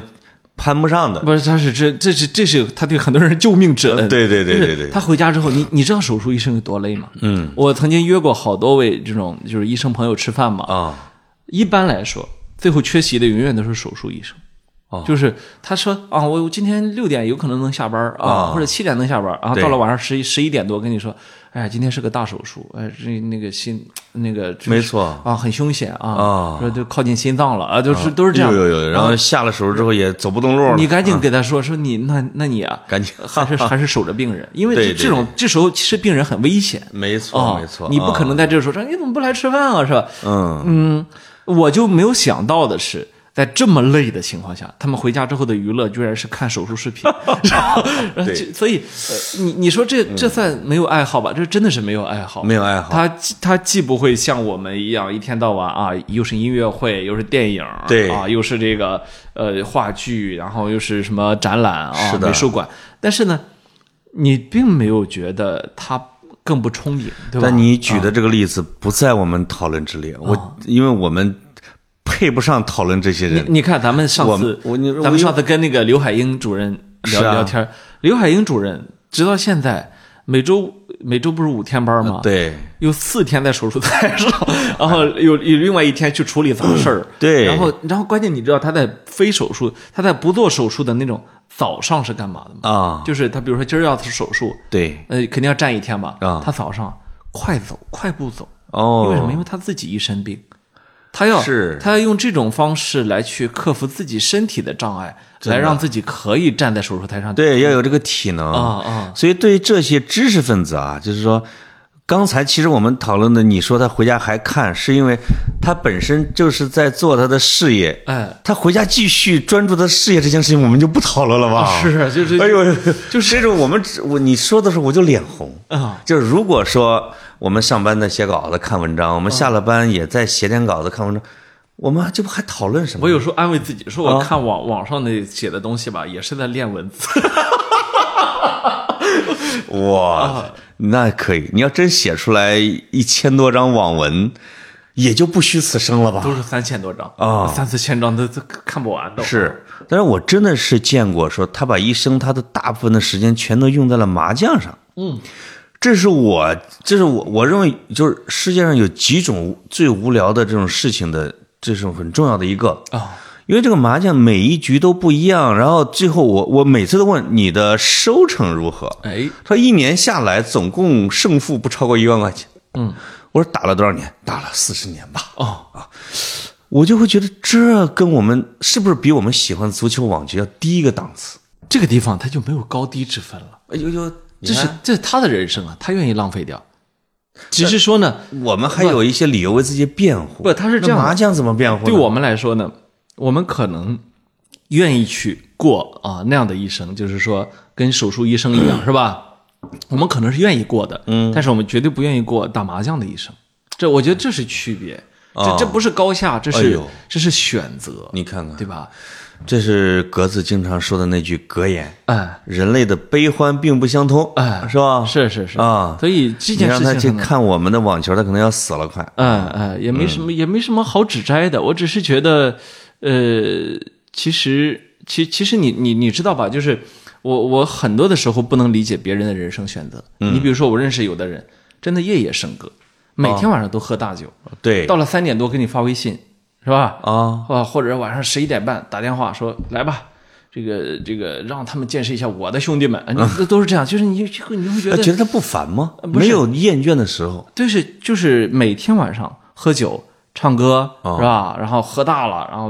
[SPEAKER 2] 攀不上的。
[SPEAKER 1] 不是他是这这是这是他对很多人救命之恩，
[SPEAKER 2] 对对对
[SPEAKER 1] 就是
[SPEAKER 2] 对对
[SPEAKER 1] 他回家之后，你你知道手术医生有多累吗？嗯，我曾经约过好多位这种就是医生朋友吃饭嘛，
[SPEAKER 2] 啊，
[SPEAKER 1] 一般来说，最后缺席的永远都是手术医生。
[SPEAKER 2] 哦
[SPEAKER 1] 就是他说啊，我我今天六点有可能能下班儿啊，
[SPEAKER 2] 啊
[SPEAKER 1] 或者七点能下班儿，然后
[SPEAKER 2] 对
[SPEAKER 1] 到了晚上十一十一点多跟你说，哎呀，今天是个大手术，哎，这那个心那个就是
[SPEAKER 2] 没错
[SPEAKER 1] 啊，很凶险啊
[SPEAKER 2] 啊，
[SPEAKER 1] 说就靠近心脏了啊，就是都是这样。
[SPEAKER 2] 有有有，然后下了手之后也走不动路了，
[SPEAKER 1] 你赶紧给他说说你那那你啊，
[SPEAKER 2] 赶紧
[SPEAKER 1] 还是还是守着病人，因为
[SPEAKER 2] 对
[SPEAKER 1] 这
[SPEAKER 2] 对
[SPEAKER 1] 这种这时候其实病人很危险。
[SPEAKER 2] 没
[SPEAKER 1] 啊，
[SPEAKER 2] 错没错，
[SPEAKER 1] 你不可能
[SPEAKER 2] 啊
[SPEAKER 1] 在这时候说哎你怎么不来吃饭啊，是吧？
[SPEAKER 2] 嗯
[SPEAKER 1] 嗯，我就没有想到的是，在这么累的情况下，他们回家之后的娱乐居然是看手术视频， 然后然后就所以，呃你你说这
[SPEAKER 2] 嗯
[SPEAKER 1] 这算没有爱好吧？这真的是没有爱好，
[SPEAKER 2] 没有爱好
[SPEAKER 1] 他既他既不会像我们一样一天到晚啊，又是音乐会，又是电影，
[SPEAKER 2] 对
[SPEAKER 1] 啊，又是这个呃话剧，然后又是什么展览啊，
[SPEAKER 2] 是的
[SPEAKER 1] 美术馆。但是呢，你并没有觉得他更不充盈，对吧？
[SPEAKER 2] 但你举的这个例子不在我们讨论之列，我因为我们配不上讨论这些
[SPEAKER 1] 你
[SPEAKER 2] 人。
[SPEAKER 1] 你看，咱们上次，
[SPEAKER 2] 我我你
[SPEAKER 1] 咱们
[SPEAKER 2] 我
[SPEAKER 1] 上次跟那个刘海英主任聊、
[SPEAKER 2] 是啊
[SPEAKER 1] 聊天儿，刘海英主任直到现在每周每周不是五天班吗？，
[SPEAKER 2] 对
[SPEAKER 1] 有四天在手术台上， 然后有有另外一天去处理杂事儿。
[SPEAKER 2] 嗯对
[SPEAKER 1] 然后然后关键你知道他在非手术，他在不做手术的那种早上是干嘛的吗？
[SPEAKER 2] 啊，
[SPEAKER 1] 就是他比如说今儿要是手术，
[SPEAKER 2] 对
[SPEAKER 1] 呃，肯定要站一天吧。
[SPEAKER 2] 啊
[SPEAKER 1] 他早上快走快步走，因为什么？
[SPEAKER 2] 哦
[SPEAKER 1] 因为他自己一身病，他要
[SPEAKER 2] 是
[SPEAKER 1] 他要用这种方式来去克服自己身体的障碍，来让自己可以站在手术台上。
[SPEAKER 2] 对，要有这个体能
[SPEAKER 1] 啊啊，
[SPEAKER 2] 所以对于这些知识分子啊，就是说，刚才其实我们讨论的，你说他回家还看，是因为他本身就是在做他的事业。
[SPEAKER 1] 哎，
[SPEAKER 2] 他回家继续专注他事业这件事情，我们就不讨论了吧？
[SPEAKER 1] 啊是就是
[SPEAKER 2] 哎呦，就是这种我们只我你说的时候我就脸红
[SPEAKER 1] 啊！
[SPEAKER 2] 就是如果说我们上班在写稿子、看文章，
[SPEAKER 1] 啊
[SPEAKER 2] 我们下了班也在写点稿子、看文章，我们这不还讨论什么？
[SPEAKER 1] 我有时候安慰自己说，我看网网上那写的东西吧，也是在练文 字。
[SPEAKER 2] 哇，那可以！你要真写出来一千多张网文，也就不虚此生了吧？
[SPEAKER 1] 都是三千多张
[SPEAKER 2] 啊
[SPEAKER 1] 三四千张都都看不完的。
[SPEAKER 2] 是，但是我真的是见过说他把一生他的大部分的时间全都用在了麻将上。嗯，这是我，这是我，我认为就是世界上有几种最无聊的这种事情的，这种很重要的一个
[SPEAKER 1] 啊，
[SPEAKER 2] 因为这个麻将每一局都不一样，然后最后我我每次都问你的收成如何，
[SPEAKER 1] 哎，
[SPEAKER 2] 他一年下来总共胜负不超过一万块钱。嗯，我说打了多少年？打了四十年吧。
[SPEAKER 1] 哦
[SPEAKER 2] 啊，我就会觉得这跟我们是不是比我们喜欢足球、网球要低一个档次？
[SPEAKER 1] 这个地方他就没有高低之分了，
[SPEAKER 2] 哎呦呦，
[SPEAKER 1] 这
[SPEAKER 2] 这
[SPEAKER 1] 是
[SPEAKER 2] 是
[SPEAKER 1] 这是他的人生啊，他愿意浪费掉。只是说呢，
[SPEAKER 2] 我们还有一些理由为自己辩护。
[SPEAKER 1] 不他是这样
[SPEAKER 2] 那麻将怎么辩护呢？
[SPEAKER 1] 对我们来说呢，我们可能愿意去过啊那样的一生，就是说跟手术医生一 样，是吧？我们可能是愿意过的，嗯，但是我们绝对不愿意过打麻将的一生。这我觉得这是区别，这
[SPEAKER 2] 啊
[SPEAKER 1] 这不是高下，这
[SPEAKER 2] 哎
[SPEAKER 1] 是
[SPEAKER 2] 呦
[SPEAKER 1] 这是选择，
[SPEAKER 2] 你看看，
[SPEAKER 1] 对吧？
[SPEAKER 2] 这是格子经常说的那句格言：
[SPEAKER 1] 哎，
[SPEAKER 2] 人类的悲欢并不相通，
[SPEAKER 1] 哎
[SPEAKER 2] 是吧？
[SPEAKER 1] 是是是
[SPEAKER 2] 啊
[SPEAKER 1] 所以这
[SPEAKER 2] 你
[SPEAKER 1] 件
[SPEAKER 2] 让他
[SPEAKER 1] 事
[SPEAKER 2] 去
[SPEAKER 1] 情可能。
[SPEAKER 2] 看我们的网球，他可能要死了快。
[SPEAKER 1] 嗯嗯，也没什么，也没什么好指摘的。我只是觉得，呃，其实，其其实你你你知道吧？就是我我很多的时候不能理解别人的人生选择。
[SPEAKER 2] 嗯
[SPEAKER 1] 你比如说，我认识有的人真的夜夜笙歌，每天晚上都喝大酒，
[SPEAKER 2] 啊对
[SPEAKER 1] 到了三点多给你发微信，是吧？
[SPEAKER 2] 啊，
[SPEAKER 1] 啊，或者晚上十一点半打电话说来吧。这个这个，让他们见识一下我的兄弟 们，啊你都是这样，就是你就你会觉得
[SPEAKER 2] 那啊
[SPEAKER 1] 呃
[SPEAKER 2] 觉得他不烦吗？
[SPEAKER 1] 不是哦
[SPEAKER 2] 没有厌倦的时候。
[SPEAKER 1] 对，是就是每天晚上喝酒、唱歌、
[SPEAKER 2] 啊
[SPEAKER 1] 是吧？然后喝大了，然后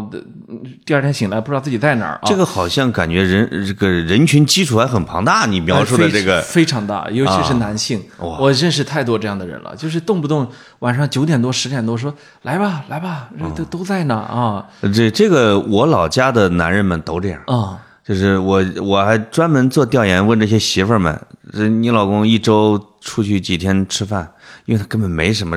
[SPEAKER 1] 嗯第二天醒来不知道自己在哪儿啊。
[SPEAKER 2] 这个好像感觉人这个人群基础还很庞大，你描述的这
[SPEAKER 1] 哎
[SPEAKER 2] 个啊
[SPEAKER 1] 非非常大，尤其是男性，
[SPEAKER 2] 哇
[SPEAKER 1] 我认识太多这样的人了，就是动不动晚上九点多、十点多说来吧，来吧，这都都在呢啊
[SPEAKER 2] 这这个我老家的男人们都这样，
[SPEAKER 1] 啊
[SPEAKER 2] 就是我我还专门做调研问这些媳妇儿们，这你老公一周出去几天吃饭？因为他根本没什么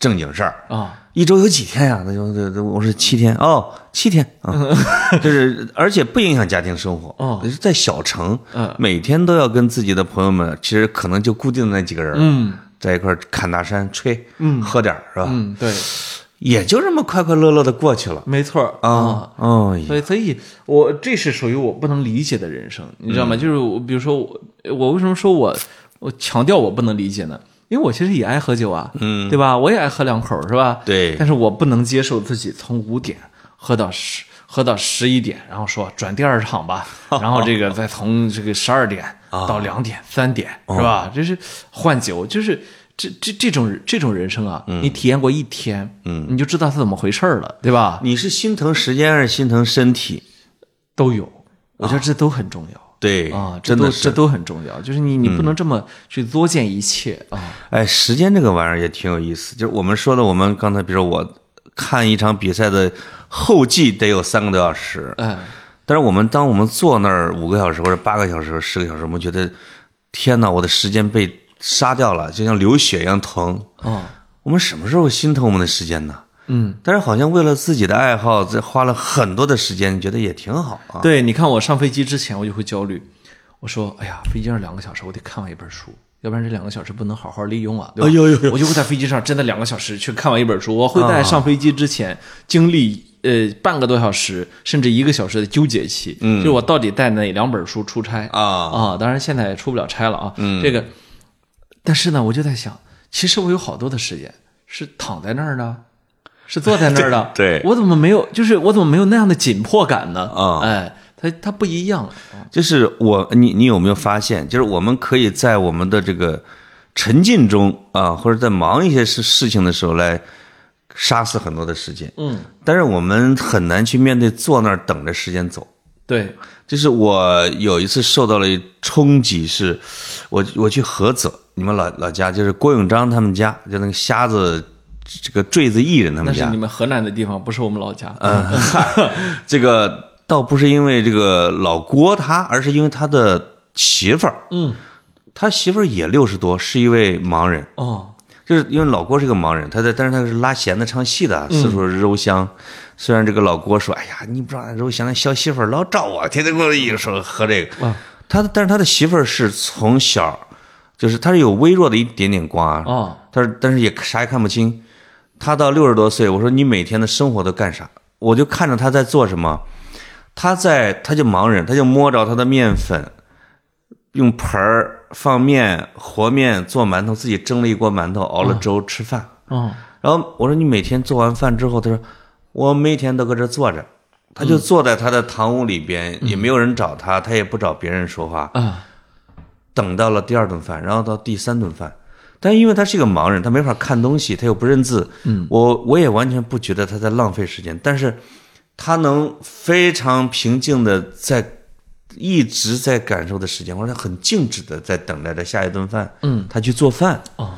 [SPEAKER 2] 正经事儿，
[SPEAKER 1] 啊！
[SPEAKER 2] 一周有几天呀、那就那那我说七天哦，七天啊， 就是而且不影响家庭生活。
[SPEAKER 1] 哦
[SPEAKER 2] 就是在小城，
[SPEAKER 1] 嗯
[SPEAKER 2] 每天都要跟自己的朋友们，其实可能就固定的那几个人，
[SPEAKER 1] 嗯，
[SPEAKER 2] 在一块儿侃大山、吹，嗯，喝点儿是吧？
[SPEAKER 1] 嗯，对，
[SPEAKER 2] 也就这么快快乐乐的过去了
[SPEAKER 1] 没错儿
[SPEAKER 2] 啊。哦，
[SPEAKER 1] 所以，所以我这是属于我不能理解的人生，你知道吗？就是我，比如说我，我为什么说我，我强调我不能理解呢？因为我其实也爱喝酒啊，嗯，对吧？我也爱喝两口，是吧？
[SPEAKER 2] 对
[SPEAKER 1] 但是我不能接受自己从五点喝到十，喝到十一点，然后说转第二场 吧，然后这个再从这个十二点到两点、三点，是吧？这是换酒，就是。这这这种这种人生啊，你体验过一天，嗯，你就知道是怎么回事儿了，对吧？
[SPEAKER 2] 你是心疼时间还是心疼身体？
[SPEAKER 1] 都有，我觉得这都很重要
[SPEAKER 2] 对
[SPEAKER 1] 啊，这
[SPEAKER 2] 真
[SPEAKER 1] 都
[SPEAKER 2] 的
[SPEAKER 1] 这
[SPEAKER 2] 是。
[SPEAKER 1] 都很重要，就是你你不能这么去作践一切啊，
[SPEAKER 2] 哎，时间这个玩意儿也挺有意思，就是我们说的，我们刚才比如说我看一场比赛的后记得有三个多小时，
[SPEAKER 1] 哎，
[SPEAKER 2] 但是我们当我们坐那儿五个小时或者八个小时、十个小时，我们觉得天哪，我的时间被杀掉了，就像流血一样疼。
[SPEAKER 1] 啊，
[SPEAKER 2] 我们什么时候心疼我们的时间呢？
[SPEAKER 1] 嗯，
[SPEAKER 2] 但是好像为了自己的爱好，这花了很多的时间，觉得也挺好啊。
[SPEAKER 1] 对，你看我上飞机之前我就会焦虑，我说哎呀，飞机上两个小时我得看完一本书。要不然这两个小时不能好好利用啊！对吧
[SPEAKER 2] 哎呦呦呦
[SPEAKER 1] 我就会在飞机上真的两个小时去看完一本书，我会在上飞机之前经历呃半个多小时甚至一个小时的纠结期，嗯，就是我到底带哪两本书出差
[SPEAKER 2] 啊，，
[SPEAKER 1] 啊，当然现在也出不了差了啊。嗯，这个，但是呢，我就在想，其实我有好多的时间是躺在那儿的，是坐在那儿的
[SPEAKER 2] 对对
[SPEAKER 1] 我怎么没有？就是我怎么没有那样的紧迫感呢？
[SPEAKER 2] 啊
[SPEAKER 1] 哎，它它不一样了。
[SPEAKER 2] 就是我，你你有没有发现，就是我们可以在我们的这个沉浸中啊，或者在忙一些事事情的时候来杀死很多的时间。
[SPEAKER 1] 嗯，
[SPEAKER 2] 但是我们很难去面对坐那儿等着时间走。
[SPEAKER 1] 对，
[SPEAKER 2] 就是我有一次受到了冲击是，我我去菏泽，你们老老家就是郭永章他们家，就那个瞎子这个坠子艺人他
[SPEAKER 1] 那
[SPEAKER 2] 们
[SPEAKER 1] 是
[SPEAKER 2] 家
[SPEAKER 1] 你，们河南的地方，不是我们老家。
[SPEAKER 2] 嗯，嗨这个倒不是因为这个老郭他，而是因为他的媳妇儿，
[SPEAKER 1] 嗯，
[SPEAKER 2] 他媳妇儿也六十多，是一位盲人，
[SPEAKER 1] 哦，
[SPEAKER 2] 就是因为老郭是个盲人，他在，但是他是拉弦子唱戏的，四处揉香。虽然这个老郭说：“哎呀，你不知道揉香的小媳妇儿老找我，天天跟我一说喝这个。
[SPEAKER 1] 啊
[SPEAKER 2] 他的但是他的媳妇儿是从小，就是他是有微弱的一点点光啊，
[SPEAKER 1] 哦，
[SPEAKER 2] 但是但是也啥也看不清。他到六十多岁，我说你每天的生活都干啥？我就看着他在做什么，他在他就盲人，他就摸着他的面粉，用盆儿放面、和面做馒头，自己蒸了一锅馒头，熬了粥吃饭。
[SPEAKER 1] 哦，
[SPEAKER 2] 然后我说你每天做完饭之后，他说我每天都搁这坐着，他就坐在他的堂屋里边，也没有人找他，他也不找别人说话。
[SPEAKER 1] 啊，
[SPEAKER 2] 等到了第二顿饭，然后到第三顿饭，但因为他是一个盲人，他没法看东西，他又不认字，嗯，我我也完全不觉得他在浪费时间，但是他能非常平静的在一直在感受的时间，或者他很静止的在等待着下一顿饭，嗯，他去做饭，
[SPEAKER 1] 哦，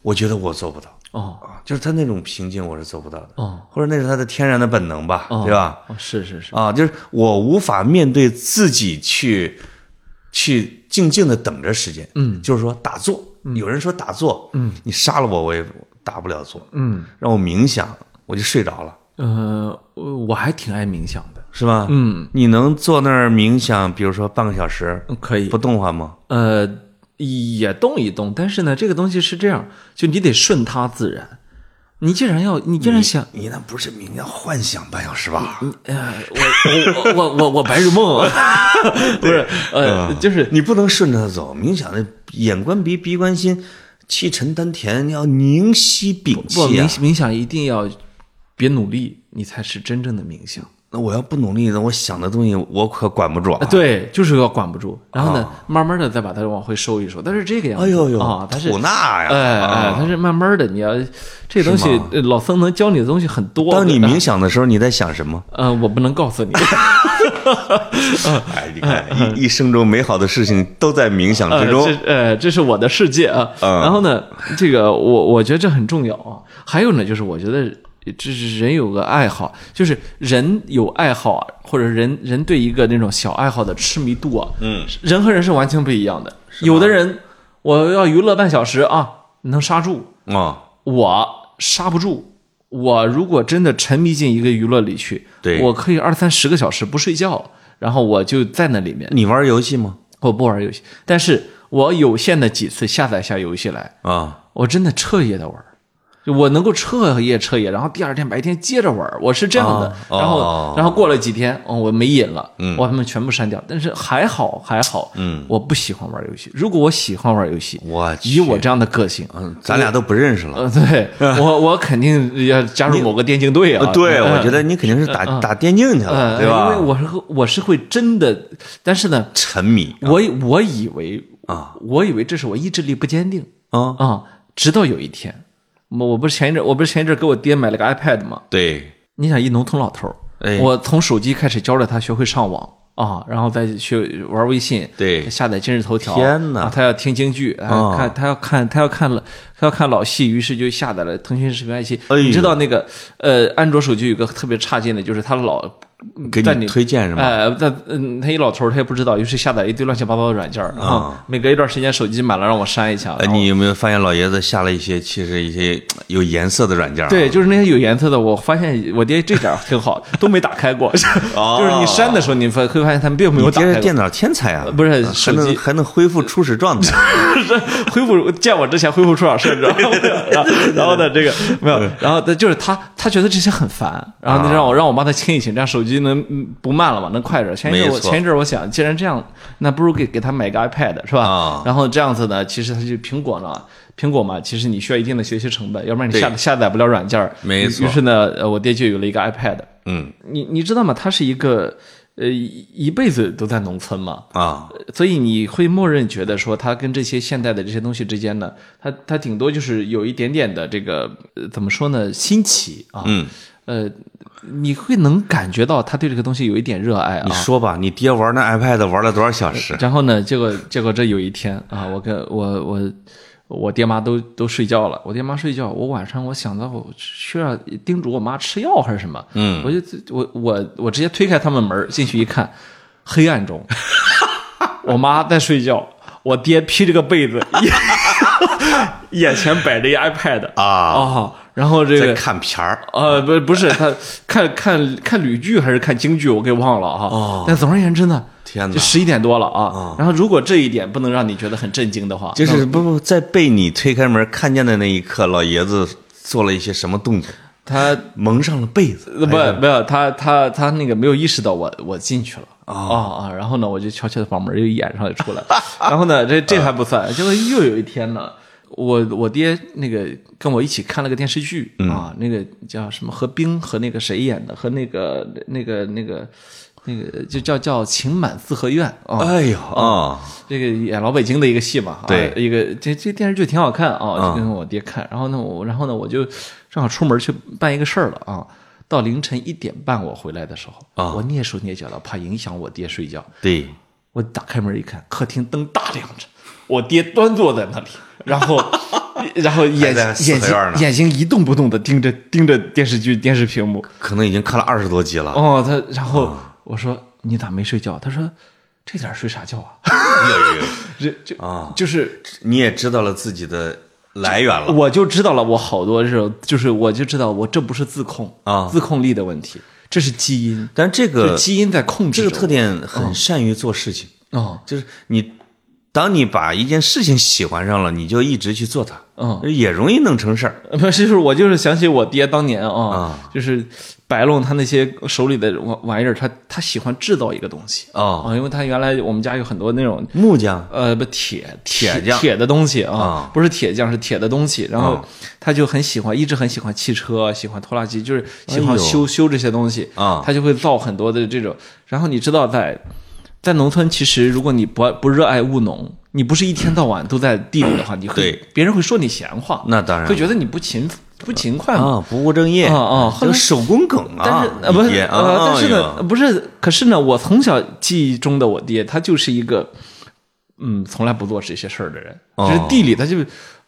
[SPEAKER 2] 我觉得我做不到。
[SPEAKER 1] 哦，
[SPEAKER 2] 啊，就是他那种平静，我是做不到的。
[SPEAKER 1] 哦，
[SPEAKER 2] 或者那是他的天然的本能吧，对吧？
[SPEAKER 1] 哦，是是是，
[SPEAKER 2] 啊，就是我无法面对自己去去静静的等着时间。嗯，就是说打坐，
[SPEAKER 1] 嗯
[SPEAKER 2] 有人说打坐，嗯，你杀了我，我也打不了坐。嗯，让我冥想，我就睡着了，
[SPEAKER 1] 呃，我我还挺爱冥想的，
[SPEAKER 2] 是吧？嗯，你能坐那儿冥想，比如说半个小时
[SPEAKER 1] 嗯可以
[SPEAKER 2] 不，动弹吗？
[SPEAKER 1] 呃，也动一动，但是呢，这个东西是这样，就你得顺它自然。你既然要，你既然想，
[SPEAKER 2] 你那不是冥想，幻想半小时吧？
[SPEAKER 1] 呃，我我我我我白日梦 啊，不是，呃，
[SPEAKER 2] 啊
[SPEAKER 1] 就是
[SPEAKER 2] 你不能顺着它走，冥想的眼观鼻，鼻观心，气沉丹田，你要凝息屏气、
[SPEAKER 1] 不
[SPEAKER 2] 啊。
[SPEAKER 1] 冥冥想一定要别努力，你才是真正的冥想。
[SPEAKER 2] 那我要不努力，那我想的东西我可管不住啊。
[SPEAKER 1] 啊，对，就是要管不住，然后呢，慢慢的再把它往回收一收，但是这个样子，
[SPEAKER 2] 哎呦呦，
[SPEAKER 1] 啊，它是
[SPEAKER 2] 吐纳呀！
[SPEAKER 1] 哎哎，
[SPEAKER 2] 啊
[SPEAKER 1] 它是慢慢的，你要这东西，呃老僧能教你的东西很多。
[SPEAKER 2] 当你
[SPEAKER 1] 对吧
[SPEAKER 2] 冥想的时候，你在 想什么？
[SPEAKER 1] 呃，我不能告诉你，
[SPEAKER 2] 哎，你 看，一一生中美好的事情都在冥想
[SPEAKER 1] 呃，
[SPEAKER 2] 之中
[SPEAKER 1] 这。呃这是我的世界啊。
[SPEAKER 2] 嗯
[SPEAKER 1] 然后呢，这个我我觉得这很重要啊。还有呢，就是我觉得这是人有个爱好，就是人有爱好，啊或者人人对一个那种小爱好的痴迷度啊，
[SPEAKER 2] 嗯，
[SPEAKER 1] 人和人是完全不一样的。有的人我要娱乐半小时啊，能刹住，
[SPEAKER 2] 啊，
[SPEAKER 1] 我刹不住。我如果真的沉迷进一个娱乐里去，
[SPEAKER 2] 对
[SPEAKER 1] 我可以二三十个小时不睡觉，然后我就在那里面。
[SPEAKER 2] 你玩游戏吗？
[SPEAKER 1] 我不玩游戏，但是我有限的几次下载下游戏来，
[SPEAKER 2] 啊，
[SPEAKER 1] 我真的彻夜的玩儿，就我能够彻夜彻夜，然后第二天白天接着玩儿，我是这样的。
[SPEAKER 2] 哦
[SPEAKER 1] 然后、
[SPEAKER 2] 哦
[SPEAKER 1] 然后过了几天，哦，我没瘾了，嗯，我把它们全部删掉。但是还好还好，嗯，我不喜欢玩游戏。如果我喜欢玩游戏，
[SPEAKER 2] 我去
[SPEAKER 1] 以我这样的个性，嗯，
[SPEAKER 2] 咱俩都不认识了。
[SPEAKER 1] 呃，对我我肯定要加入某个电竞队啊
[SPEAKER 2] 呃。对，
[SPEAKER 1] 嗯
[SPEAKER 2] 我觉得你肯定是打打电竞去了，
[SPEAKER 1] 呃，
[SPEAKER 2] 对吧
[SPEAKER 1] 因为？我是我是会真的，但是呢，
[SPEAKER 2] 沉迷
[SPEAKER 1] 我以我以为
[SPEAKER 2] 啊，
[SPEAKER 1] 我以为这是我意志力不坚定
[SPEAKER 2] 啊，
[SPEAKER 1] 啊、直到有一天，我我不是前一阵我不是前一阵给我爹买了个 iPad 吗？
[SPEAKER 2] 对，
[SPEAKER 1] 你想一农村老头儿，
[SPEAKER 2] 哎
[SPEAKER 1] 我从手机开始教着他学会上网啊，然后再学玩微信，
[SPEAKER 2] 对
[SPEAKER 1] 下载今日头条，
[SPEAKER 2] 天哪
[SPEAKER 1] 哪，他要听京剧，啊
[SPEAKER 2] 啊
[SPEAKER 1] 看他要看他要看了他要看老戏，于是就下载了腾讯视频爱奇艺。
[SPEAKER 2] 哎呦
[SPEAKER 1] 你知道那个呃，安卓手机有个特别差劲的，就是他老
[SPEAKER 2] 给
[SPEAKER 1] 在
[SPEAKER 2] 你推荐什么？
[SPEAKER 1] 哎，那嗯，他一老头儿他也不知道，于是下载一堆乱七八糟的软件儿啊。每隔一段时间手机满了让我删一下。
[SPEAKER 2] 呃，
[SPEAKER 1] 然后
[SPEAKER 2] 你有没有发现老爷子下了一些其实一些呃有颜色的软件、啊？
[SPEAKER 1] 对，，就是那些有颜色的，我发现我爹这点儿挺好，都没打开 过。
[SPEAKER 2] 哦
[SPEAKER 1] 就是你删的时候，你发会发现他们并没有
[SPEAKER 2] 你
[SPEAKER 1] 打
[SPEAKER 2] 爹
[SPEAKER 1] 开
[SPEAKER 2] 是
[SPEAKER 1] 过。呃
[SPEAKER 2] 电脑天才啊，
[SPEAKER 1] 不是
[SPEAKER 2] 还
[SPEAKER 1] 手
[SPEAKER 2] 能
[SPEAKER 1] 机
[SPEAKER 2] 还能恢复初始状态。
[SPEAKER 1] 是恢复见我之前恢复出点事儿，你知道吗？然 后然后呢，这个没有，然后他就是他，他觉得这些很烦，然后
[SPEAKER 2] 啊
[SPEAKER 1] 呢让我让我帮他清一清，这样手机能嗯不慢了嘛，能快点。前一阵
[SPEAKER 2] 没
[SPEAKER 1] 我
[SPEAKER 2] 错
[SPEAKER 1] 前一阵我想，既然这样，那不如给给他买个 iPad 是
[SPEAKER 2] 啊
[SPEAKER 1] 吧？ 然后这样子呢，其实他就苹果呢。苹果嘛，其实你需要一定的学习成本，要不然你下
[SPEAKER 2] 对
[SPEAKER 1] 下载不了软件儿。
[SPEAKER 2] 没错
[SPEAKER 1] 于是呢，呃我爹就有了一个 iPad。
[SPEAKER 2] 嗯，
[SPEAKER 1] 你你知道吗？它是一个呃，一一辈子都在农村嘛，
[SPEAKER 2] 啊，
[SPEAKER 1] 所以你会默认觉得说，它跟这些现代的这些东西之间呢，它它顶多就是有一点点的这个、呃怎么说呢，新奇啊，
[SPEAKER 2] 嗯，
[SPEAKER 1] 呃，你会能感觉到他对这个东西有一点热爱啊
[SPEAKER 2] 你。说吧，你爹玩那 iPad 玩了多少小时？
[SPEAKER 1] 然后呢，结果结果这有一天啊，我跟我我我爹妈都都睡觉了，我爹妈睡觉，我晚上我想到我需要叮嘱我妈吃药还是什么，嗯，我就我我我直接推开他们门儿进去一看，黑暗 中，我妈在睡觉，我爹披着个被子，眼 眼前摆着一 iPad
[SPEAKER 2] 啊
[SPEAKER 1] 哦，然后这
[SPEAKER 2] 在
[SPEAKER 1] 个
[SPEAKER 2] 看片儿，
[SPEAKER 1] 呃，不，不是他看看看吕剧还是看京剧，我给忘了哈。但总而言之呢，
[SPEAKER 2] 哦天哪嗯
[SPEAKER 1] 就十一点多了啊。然后如果这一点不能让你觉得很震惊的话，
[SPEAKER 2] 就是不不在被你推开门看见的那一刻，老爷子做了一些什么动作？
[SPEAKER 1] 他
[SPEAKER 2] 蒙上了被子，
[SPEAKER 1] 不没有他他他那个没有意识到我我进去了。啊啊！然后呢，我就悄悄的把门又掩上就出来了。然后呢，这这还不算，结果又有一天呢，我我爹那个跟我一起看了个电视剧、啊，那个叫什么何冰和那个谁演的，和那个那个那个那个就叫叫情满四合院啊。
[SPEAKER 2] 哎呦啊，
[SPEAKER 1] 这个演老北京的一个戏嘛，啊
[SPEAKER 2] 对嗯
[SPEAKER 1] 一个这这电视剧挺好看啊，就跟我爹看。然后呢，我然后呢，我就正好出门去办一个事儿了啊。到凌晨一点半我回来的时候，
[SPEAKER 2] 啊
[SPEAKER 1] 我蹑手蹑脚的，怕影响我爹睡觉。
[SPEAKER 2] 对，
[SPEAKER 1] 我打开门一看，客厅灯大亮着，我爹端坐在那里，然 后然后眼
[SPEAKER 2] 还在四
[SPEAKER 1] 眼
[SPEAKER 2] 合院呢
[SPEAKER 1] 睛眼睛一动不动的盯着盯着电视剧电视屏幕。
[SPEAKER 2] 可能已经看了二十多集了。
[SPEAKER 1] 哦，他然后
[SPEAKER 2] 嗯
[SPEAKER 1] 我说你咋没睡觉？他说这点儿睡啥觉啊？
[SPEAKER 2] 有有有，
[SPEAKER 1] 这这啊就是。
[SPEAKER 2] 你也知道了自己的来源了。
[SPEAKER 1] 我就知道了，我好多这种就是我就知道我这不是自控
[SPEAKER 2] 啊
[SPEAKER 1] 自控力的问题，这是基因，
[SPEAKER 2] 但这
[SPEAKER 1] 这
[SPEAKER 2] 个
[SPEAKER 1] 基因在控制
[SPEAKER 2] 这
[SPEAKER 1] 着
[SPEAKER 2] 个
[SPEAKER 1] 我。
[SPEAKER 2] 特点很善于做事情，
[SPEAKER 1] 哦，
[SPEAKER 2] 就是你当你把一件事情喜欢上了，你就一直去做它，
[SPEAKER 1] 嗯，
[SPEAKER 2] 也容易弄成事儿。
[SPEAKER 1] 不是，就是我就是想起我爹当年啊，就是摆弄他那些手里的玩玩意儿，他他喜欢制造一个东西啊
[SPEAKER 2] 哦，
[SPEAKER 1] 因为他原来我们家有很多那种
[SPEAKER 2] 木匠
[SPEAKER 1] 呃，不铁
[SPEAKER 2] 铁
[SPEAKER 1] 铁
[SPEAKER 2] 匠
[SPEAKER 1] 铁的东西
[SPEAKER 2] 啊
[SPEAKER 1] 啊，不是铁匠，是铁的东西。然后他就很喜欢，一直很喜欢汽车，喜欢拖拉机，就是喜
[SPEAKER 2] 哎呦
[SPEAKER 1] 欢修修这些东西
[SPEAKER 2] 啊
[SPEAKER 1] 他就会造很多的这种。然后你知道在，在农村，其实如果你不不热爱务农，你不是一天到晚都在地里的话，你会
[SPEAKER 2] 对
[SPEAKER 1] 别人会说你闲话，
[SPEAKER 2] 那当然
[SPEAKER 1] 会觉得你不勤不勤快嘛。
[SPEAKER 2] 啊，不务正业
[SPEAKER 1] 啊啊后
[SPEAKER 2] 这
[SPEAKER 1] 来
[SPEAKER 2] 个手工梗啊，
[SPEAKER 1] 但是呃不
[SPEAKER 2] 你
[SPEAKER 1] 是
[SPEAKER 2] 爹
[SPEAKER 1] 呃，但是，
[SPEAKER 2] 哎
[SPEAKER 1] 呢
[SPEAKER 2] 呦
[SPEAKER 1] 不是，可是呢，我从小记忆中的我爹，他就是一个嗯，从来不做这些事儿的人，
[SPEAKER 2] 哦
[SPEAKER 1] 就是地里他就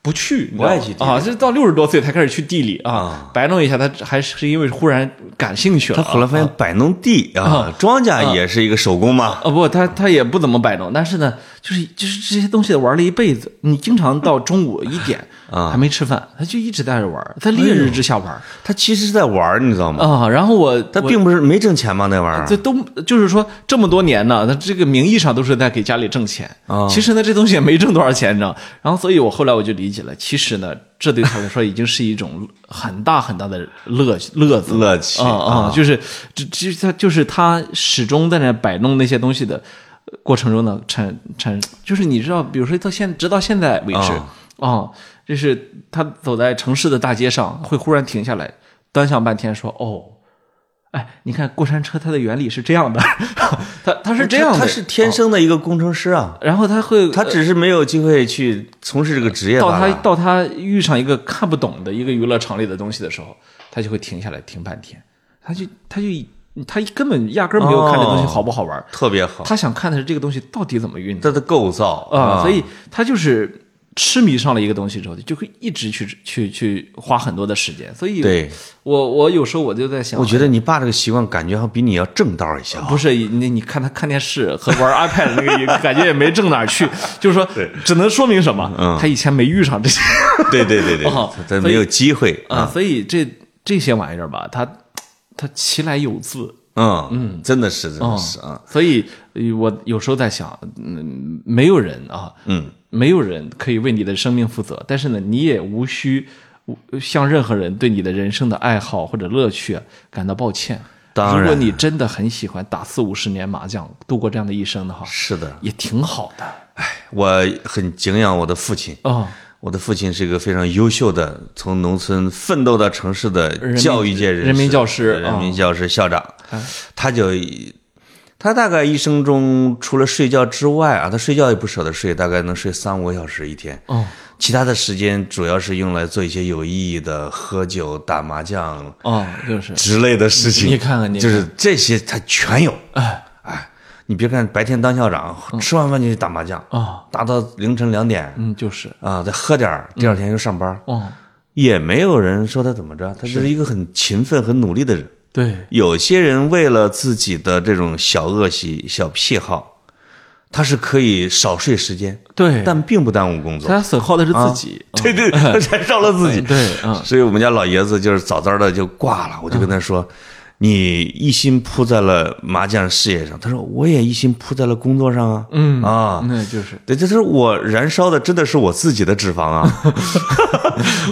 [SPEAKER 1] 不去，你知道吗
[SPEAKER 2] 不爱去地里哦
[SPEAKER 1] 啊，这到六十多岁才开始去地里啊，摆弄一下，他还是因为忽然感兴趣了
[SPEAKER 2] 他
[SPEAKER 1] 啊。
[SPEAKER 2] 后来发现摆弄地啊，庄稼也是一个手工嘛，
[SPEAKER 1] 啊不，他他也不怎么摆弄，但是呢，就是就是这些东西玩了一辈子，你经常到中午一点
[SPEAKER 2] 啊
[SPEAKER 1] 还没吃饭，他就一直在这玩，在
[SPEAKER 2] 哎
[SPEAKER 1] 烈日之下玩
[SPEAKER 2] 他其实是在玩儿，你知道吗？
[SPEAKER 1] 啊。然后我
[SPEAKER 2] 他并不是没挣钱嘛，那玩意儿
[SPEAKER 1] 这都就是说这么多年呢，他这个名义上都是在给家里挣钱，
[SPEAKER 2] 啊
[SPEAKER 1] 其实呢这东西也没挣多少钱，你知道。然后所以我后来我就理解了，其实呢这对他来说已经是一种很大很大的乐乐子了
[SPEAKER 2] 乐趣
[SPEAKER 1] 啊啊，就是这这他就是他始终在那摆弄那些东西的呃过程中呢，产产就是你知道，比如说到现直到现在为止
[SPEAKER 2] 啊
[SPEAKER 1] 啊，就是他走在城市的大街上，会忽然停下来，端详半天，说哦。哎，你看过山车，它的原理是这样的， 它哦它是这样的，
[SPEAKER 2] 他是天生的一个工程师啊，
[SPEAKER 1] 然后它会
[SPEAKER 2] 他只是没有机会去从事这个职业
[SPEAKER 1] 到
[SPEAKER 2] 罢
[SPEAKER 1] 他
[SPEAKER 2] 了。
[SPEAKER 1] 到他遇上一个看不懂的一个娱乐场里的东西的时候，他就会停下来停半天，他就他就他根本压根儿没有看这东西
[SPEAKER 2] 哦
[SPEAKER 1] 好不好玩儿，
[SPEAKER 2] 特别好，
[SPEAKER 1] 他想看的是这个东西到底怎么运作
[SPEAKER 2] 他的构造
[SPEAKER 1] 啊，所以他就是痴迷上了一个东西之后，就会一直去去去花很多的时间，所以
[SPEAKER 2] 对，
[SPEAKER 1] 我我有时候我就在想，
[SPEAKER 2] 我觉得你爸这个习惯感觉好像比你要正道一些啊。
[SPEAKER 1] 不是你，你看他看电视和 玩 iPad 那个也感觉也没正哪儿去，就是说，只能说明什么？
[SPEAKER 2] 嗯
[SPEAKER 1] 他以前没遇上这些
[SPEAKER 2] 对对对对
[SPEAKER 1] 哦，所
[SPEAKER 2] 他
[SPEAKER 1] 以
[SPEAKER 2] 没有机会
[SPEAKER 1] 啊，所以这这些玩意儿吧，他他其来有自，
[SPEAKER 2] 嗯嗯，真的是真的是啊，
[SPEAKER 1] 所以呃我有时候在想，嗯，没有人啊，
[SPEAKER 2] 嗯，
[SPEAKER 1] 没有人可以为你的生命负责，但是呢，你也无需无向任何人对你的人生的爱好或者乐趣感到抱歉。
[SPEAKER 2] 当然
[SPEAKER 1] 如果你真的很喜欢打四五十年麻将，度过这样的一生的话，
[SPEAKER 2] 是的，
[SPEAKER 1] 也挺好的。
[SPEAKER 2] 我很敬仰我的父亲。
[SPEAKER 1] 哦，
[SPEAKER 2] 我的父亲是一个非常优秀的，从农村奋斗到城市的
[SPEAKER 1] 民
[SPEAKER 2] 教育界人士
[SPEAKER 1] 人民教师嗯
[SPEAKER 2] 人民教师校长。他就他大概一生中除了睡觉之外啊，他睡觉也不舍得睡，大概能睡三五个小时一天。
[SPEAKER 1] 哦，
[SPEAKER 2] 其他的时间主要是用来做一些有意义的，喝酒、打麻将
[SPEAKER 1] 哦，
[SPEAKER 2] 嗯
[SPEAKER 1] 就是
[SPEAKER 2] 之类的事情。
[SPEAKER 1] 你看看你
[SPEAKER 2] 就是这些他全有。
[SPEAKER 1] 哎嗯
[SPEAKER 2] 哎，你别看白天当校长，吃完饭就去打麻将，
[SPEAKER 1] 哦，
[SPEAKER 2] 打到凌晨两点
[SPEAKER 1] 嗯，就是
[SPEAKER 2] 啊，再喝点
[SPEAKER 1] 嗯
[SPEAKER 2] 儿，第二天又上班，
[SPEAKER 1] 哦，
[SPEAKER 2] 也没有人说他怎么着，他就是一个很勤奋、很努力的人。
[SPEAKER 1] 对，
[SPEAKER 2] 有些人为了自己的这种小恶习、小癖好，他是可以少睡时间，
[SPEAKER 1] 对，
[SPEAKER 2] 但啊并不耽误工 作。
[SPEAKER 1] 他损耗的是自己，嗯
[SPEAKER 2] 对对，他燃烧了自己。
[SPEAKER 1] 对， 嗯，
[SPEAKER 2] 所以我们家老爷子就是早早的就挂了，我就跟他说：“你一心扑在了麻将事业上。”他说：“我也一心扑在了工作上啊。”嗯啊，
[SPEAKER 1] 那就是
[SPEAKER 2] 对，就是我燃烧的真的是我自己的脂肪啊！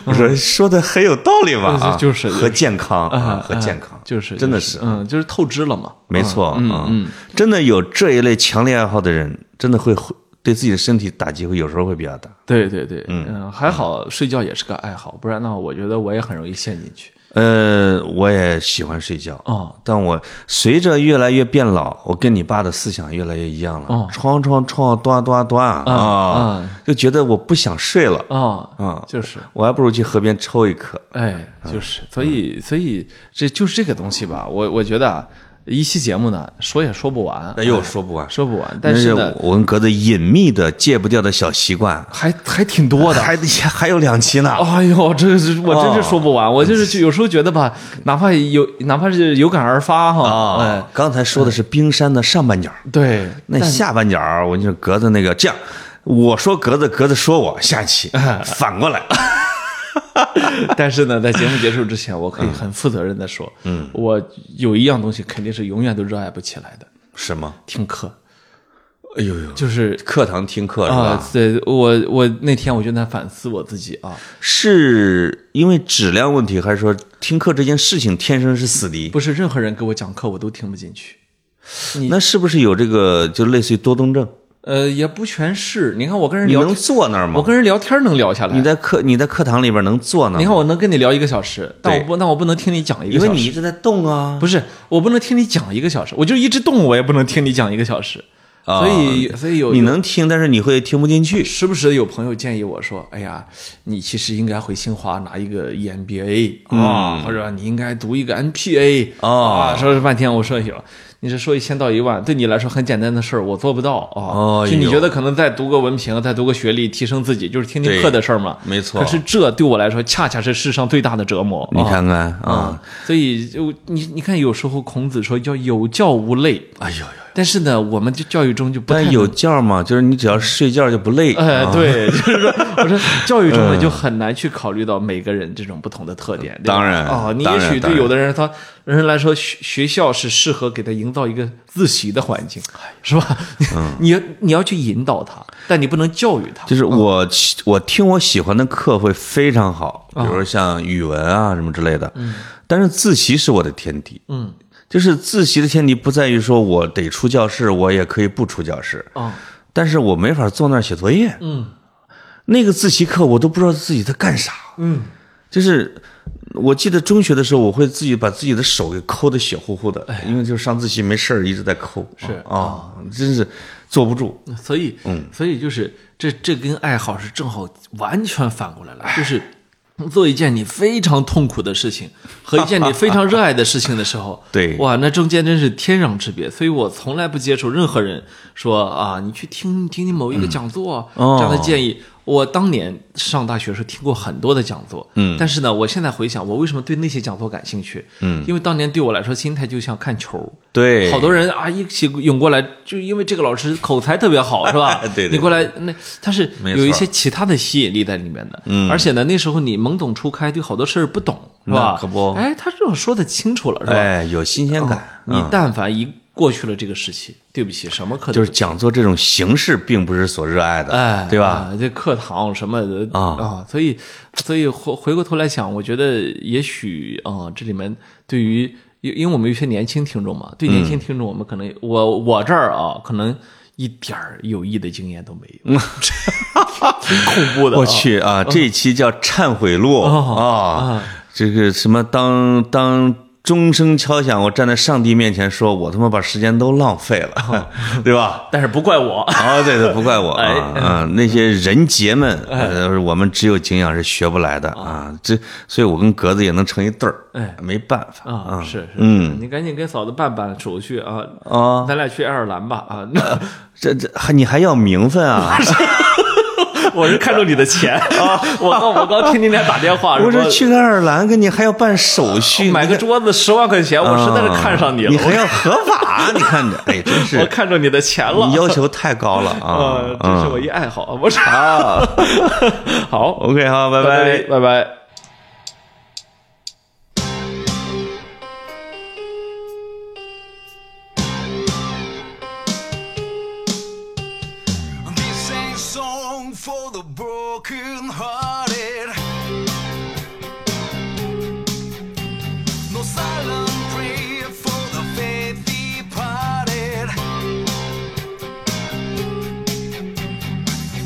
[SPEAKER 2] 我说说的很有道理吧？啊，
[SPEAKER 1] 嗯就是就是
[SPEAKER 2] 和健康啊
[SPEAKER 1] 啊，
[SPEAKER 2] 和健康
[SPEAKER 1] 啊，就是
[SPEAKER 2] 真的，
[SPEAKER 1] 就是嗯，就是透支了嘛，
[SPEAKER 2] 没错
[SPEAKER 1] 嗯
[SPEAKER 2] 啊，真的有这一类强烈爱好的人，真的会会对自己的身体打击会有时候会比较大。
[SPEAKER 1] 对对对，嗯，还好睡觉也是个爱好，不然的话，我觉得我也很容易陷进去。嗯
[SPEAKER 2] 呃，我也喜欢睡觉
[SPEAKER 1] 哦，
[SPEAKER 2] 但我随着越来越变老，我跟你爸的思想越来越一样了。
[SPEAKER 1] 哦
[SPEAKER 2] 床床床，端端端啊，就觉得我不想睡了，
[SPEAKER 1] 啊
[SPEAKER 2] 啊
[SPEAKER 1] 就是，
[SPEAKER 2] 我还不如去河边抽一颗。
[SPEAKER 1] 哎，就是，
[SPEAKER 2] 嗯
[SPEAKER 1] 所以，所以这就是这个东西吧。我我觉得啊，一期节目呢，说也说不完，哎
[SPEAKER 2] 那又说不完，
[SPEAKER 1] 说不完，但是
[SPEAKER 2] 那
[SPEAKER 1] 呢，
[SPEAKER 2] 我跟格子隐秘的戒不掉的小习惯，哦
[SPEAKER 1] 还还挺多的。
[SPEAKER 2] 还还有两期呢。
[SPEAKER 1] 哎呦，这是我
[SPEAKER 2] 哦
[SPEAKER 1] 真是说不完，我 就是有时候觉得吧，哪怕有哪怕是有感而发哈，哎，
[SPEAKER 2] 啊，刚才说的是冰山的上半角，
[SPEAKER 1] 对，
[SPEAKER 2] 那下半角儿我就是格子那个这样，我说格子，格子说我，下 期反过来。
[SPEAKER 1] 但是呢，在节目结束之前，我
[SPEAKER 2] 嗯
[SPEAKER 1] 可以很负责任的说，嗯，我有一样东西肯定是永远都热爱不起来的，
[SPEAKER 2] 什么？
[SPEAKER 1] 听课，
[SPEAKER 2] 哎呦呦，
[SPEAKER 1] 就是
[SPEAKER 2] 课堂听课是
[SPEAKER 1] 啊
[SPEAKER 2] 吧？，
[SPEAKER 1] 对我我那天我就在反思我自己啊，
[SPEAKER 2] 是因为质量问题，还是说听课这件事情天生是死敌？
[SPEAKER 1] 不是任何人给我讲课我都听不进去，
[SPEAKER 2] 那是不是有这个就类似于多动症？
[SPEAKER 1] 呃，也不全是，你看我跟人
[SPEAKER 2] 你
[SPEAKER 1] 聊
[SPEAKER 2] 能，坐那儿
[SPEAKER 1] 我
[SPEAKER 2] 吗？
[SPEAKER 1] 跟人聊天能聊下来
[SPEAKER 2] 你，在课你在课堂里边能坐那儿
[SPEAKER 1] 你
[SPEAKER 2] 吗？
[SPEAKER 1] 看我能跟你聊一个小时，但
[SPEAKER 2] 对
[SPEAKER 1] 我不但我不能听你讲一个
[SPEAKER 2] 因
[SPEAKER 1] 小时，
[SPEAKER 2] 为你一直在动啊。
[SPEAKER 1] 不是，我不能听你讲一个小时，我就一直动，我也不能听你讲一个小时。
[SPEAKER 2] 啊
[SPEAKER 1] 所以，所以有
[SPEAKER 2] 你能听，但是你会听不进去。
[SPEAKER 1] 时不时有朋友建议我说：“哎呀，你其实应该回清华拿一个 E EMBA
[SPEAKER 2] 嗯
[SPEAKER 1] 啊，或者你应该读一个 NPA
[SPEAKER 2] 哦
[SPEAKER 1] 啊。”说了半天，我说：“哎呦，你这说一千道一万，对你来说很简单的事儿，我做不到啊。
[SPEAKER 2] 哦
[SPEAKER 1] 就你
[SPEAKER 2] 呦
[SPEAKER 1] 觉得可能再读个文凭，再读个学历，提升自己，就是听听
[SPEAKER 2] 对
[SPEAKER 1] 课的事儿嘛。
[SPEAKER 2] 没错
[SPEAKER 1] 可是这对我来说，恰恰是世上最大的折磨。
[SPEAKER 2] 你
[SPEAKER 1] 啊
[SPEAKER 2] 看看啊，
[SPEAKER 1] 啊，所以就你你看，有时候孔子说叫有教无类，
[SPEAKER 2] 哎呦呦！
[SPEAKER 1] 但是呢，我们就教育中就不太
[SPEAKER 2] 但
[SPEAKER 1] 能
[SPEAKER 2] 有觉嘛，就是你只要睡觉就不累。
[SPEAKER 1] 哎， 对，就是说，我说教育中
[SPEAKER 2] 嗯
[SPEAKER 1] 呢就很难去考虑到每个人这种不同的特点。对吧
[SPEAKER 2] 当然
[SPEAKER 1] 哦，你
[SPEAKER 2] 当
[SPEAKER 1] 也
[SPEAKER 2] 然
[SPEAKER 1] 许
[SPEAKER 2] 当
[SPEAKER 1] 对
[SPEAKER 2] 然
[SPEAKER 1] 有的人他人来说，学学校是适合给他营造一个自习的环境，
[SPEAKER 2] 哎
[SPEAKER 1] 是吧？ 你你你要去引导他，但你不能教育他。
[SPEAKER 2] 嗯就是我喜我听我喜欢的课会非常好，
[SPEAKER 1] 哦
[SPEAKER 2] 比如说像语文啊什么之类的。但是自习是我的天敌。
[SPEAKER 1] 嗯，
[SPEAKER 2] 就是自习的天敌不在于说我得出教室，我也可以不出教室，
[SPEAKER 1] 啊，
[SPEAKER 2] 但是我没法坐那儿写作业。
[SPEAKER 1] 嗯
[SPEAKER 2] 那个自习课我都不知道自己在干啥。
[SPEAKER 1] 嗯，
[SPEAKER 2] 就是我记得中学的时候，我会自己把自己的手给抠得血乎乎的，因为就是上自习没事儿一直在抠。
[SPEAKER 1] 哎是
[SPEAKER 2] 啊，真是坐不住。，
[SPEAKER 1] 所以，所以就是这这跟爱好是正好完全反过来了，就是做一件你非常痛苦的事情和一件你非常热爱的事情的时候
[SPEAKER 2] 对
[SPEAKER 1] 哇，那中间真是天壤之别。所以我从来不接受任何人说啊，你去听听听某一个讲座、
[SPEAKER 2] 哦
[SPEAKER 1] 这样的建议。我当年上大学时候听过很多的讲座，嗯，但是呢，我现在回想，我为什么对那些讲座感兴趣？嗯，因为当年对我来说，心态就像看球儿，
[SPEAKER 2] 对，？
[SPEAKER 1] 好多人啊一起涌过来，就因为这个老师口才特别好，是吧
[SPEAKER 2] 对对对
[SPEAKER 1] 你过来那他是
[SPEAKER 2] 没错
[SPEAKER 1] 有一些其他的吸引力在里面的，嗯，而且呢，那时候你懵懂初开，对好多事儿不懂，是吧
[SPEAKER 2] 那？可不
[SPEAKER 1] 哎，他这种说的清楚了，是吧？
[SPEAKER 2] 哎，嗯有新鲜感。
[SPEAKER 1] 你但凡一过去了这个时期，对不起，什么课都
[SPEAKER 2] 就是讲座这种形式并不是所热爱的，
[SPEAKER 1] 哎，
[SPEAKER 2] 对吧？
[SPEAKER 1] 啊？这课堂什么的
[SPEAKER 2] 啊
[SPEAKER 1] 所以所以回回过头来想，我觉得也许啊、这里面对于因因为我们有些年轻听众嘛，对年
[SPEAKER 2] 嗯
[SPEAKER 1] 轻听众，我们可能、我我这儿啊，可能一点儿有益的经验都没
[SPEAKER 2] 嗯
[SPEAKER 1] 有，挺恐怖的、啊。哦
[SPEAKER 2] 我去啊，这一期叫《忏悔录》啊，这个什么当当钟声敲响，我站在上帝面前说：“我他妈把时间都浪费了， 对吧？”
[SPEAKER 1] 但是不怪我，
[SPEAKER 2] 哦，对对，不怪我
[SPEAKER 1] 哦哎
[SPEAKER 2] 啊啊！那些人杰们，呃，我们只有敬仰是学不来的啊。这，所以我跟格子也能成一对儿，
[SPEAKER 1] 哦哎，
[SPEAKER 2] 没办法
[SPEAKER 1] 啊，是是，
[SPEAKER 2] 嗯，
[SPEAKER 1] 你赶紧跟嫂子办办手续啊，
[SPEAKER 2] 啊。
[SPEAKER 1] 咱俩去爱尔兰吧啊， 那
[SPEAKER 2] 这这还你还要名 分啊？
[SPEAKER 1] 我是看中你的钱啊， 我刚我刚听你俩打电话，
[SPEAKER 2] 我
[SPEAKER 1] 说
[SPEAKER 2] 说去爱尔兰，跟你还要办手 续，啊
[SPEAKER 1] 买个桌子十万块钱，我实在是看上你
[SPEAKER 2] 你
[SPEAKER 1] 了，
[SPEAKER 2] 你还
[SPEAKER 1] 我
[SPEAKER 2] 要合 法？你看这，哎，真是
[SPEAKER 1] 我看中你的钱了
[SPEAKER 2] 你，要求太高了啊
[SPEAKER 1] 呃！，这是我一爱好，我查， 好，
[SPEAKER 2] OK 好，拜
[SPEAKER 1] 到这
[SPEAKER 2] 拜
[SPEAKER 1] 里。拜拜。
[SPEAKER 3] This ain't a song for the broken hearted. No silent prayer for the faith departed.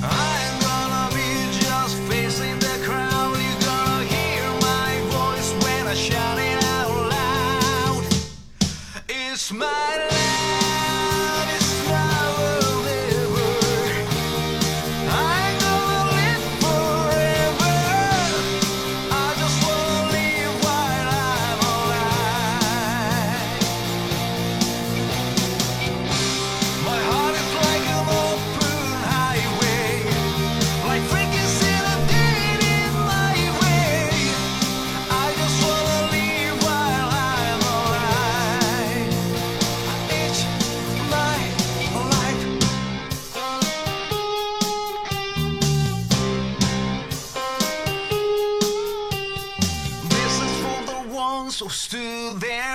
[SPEAKER 3] I am gonna be just facing the crowd. You're gonna hear my voice when I shout it out loud. It's my loudest love ever. I'm gonna live forever. I just wanna live while I'm alive. My heart is like an open highway, like frequency that did in my way. I just wanna live while I'm alive. It's my life. This is for the ones who stood their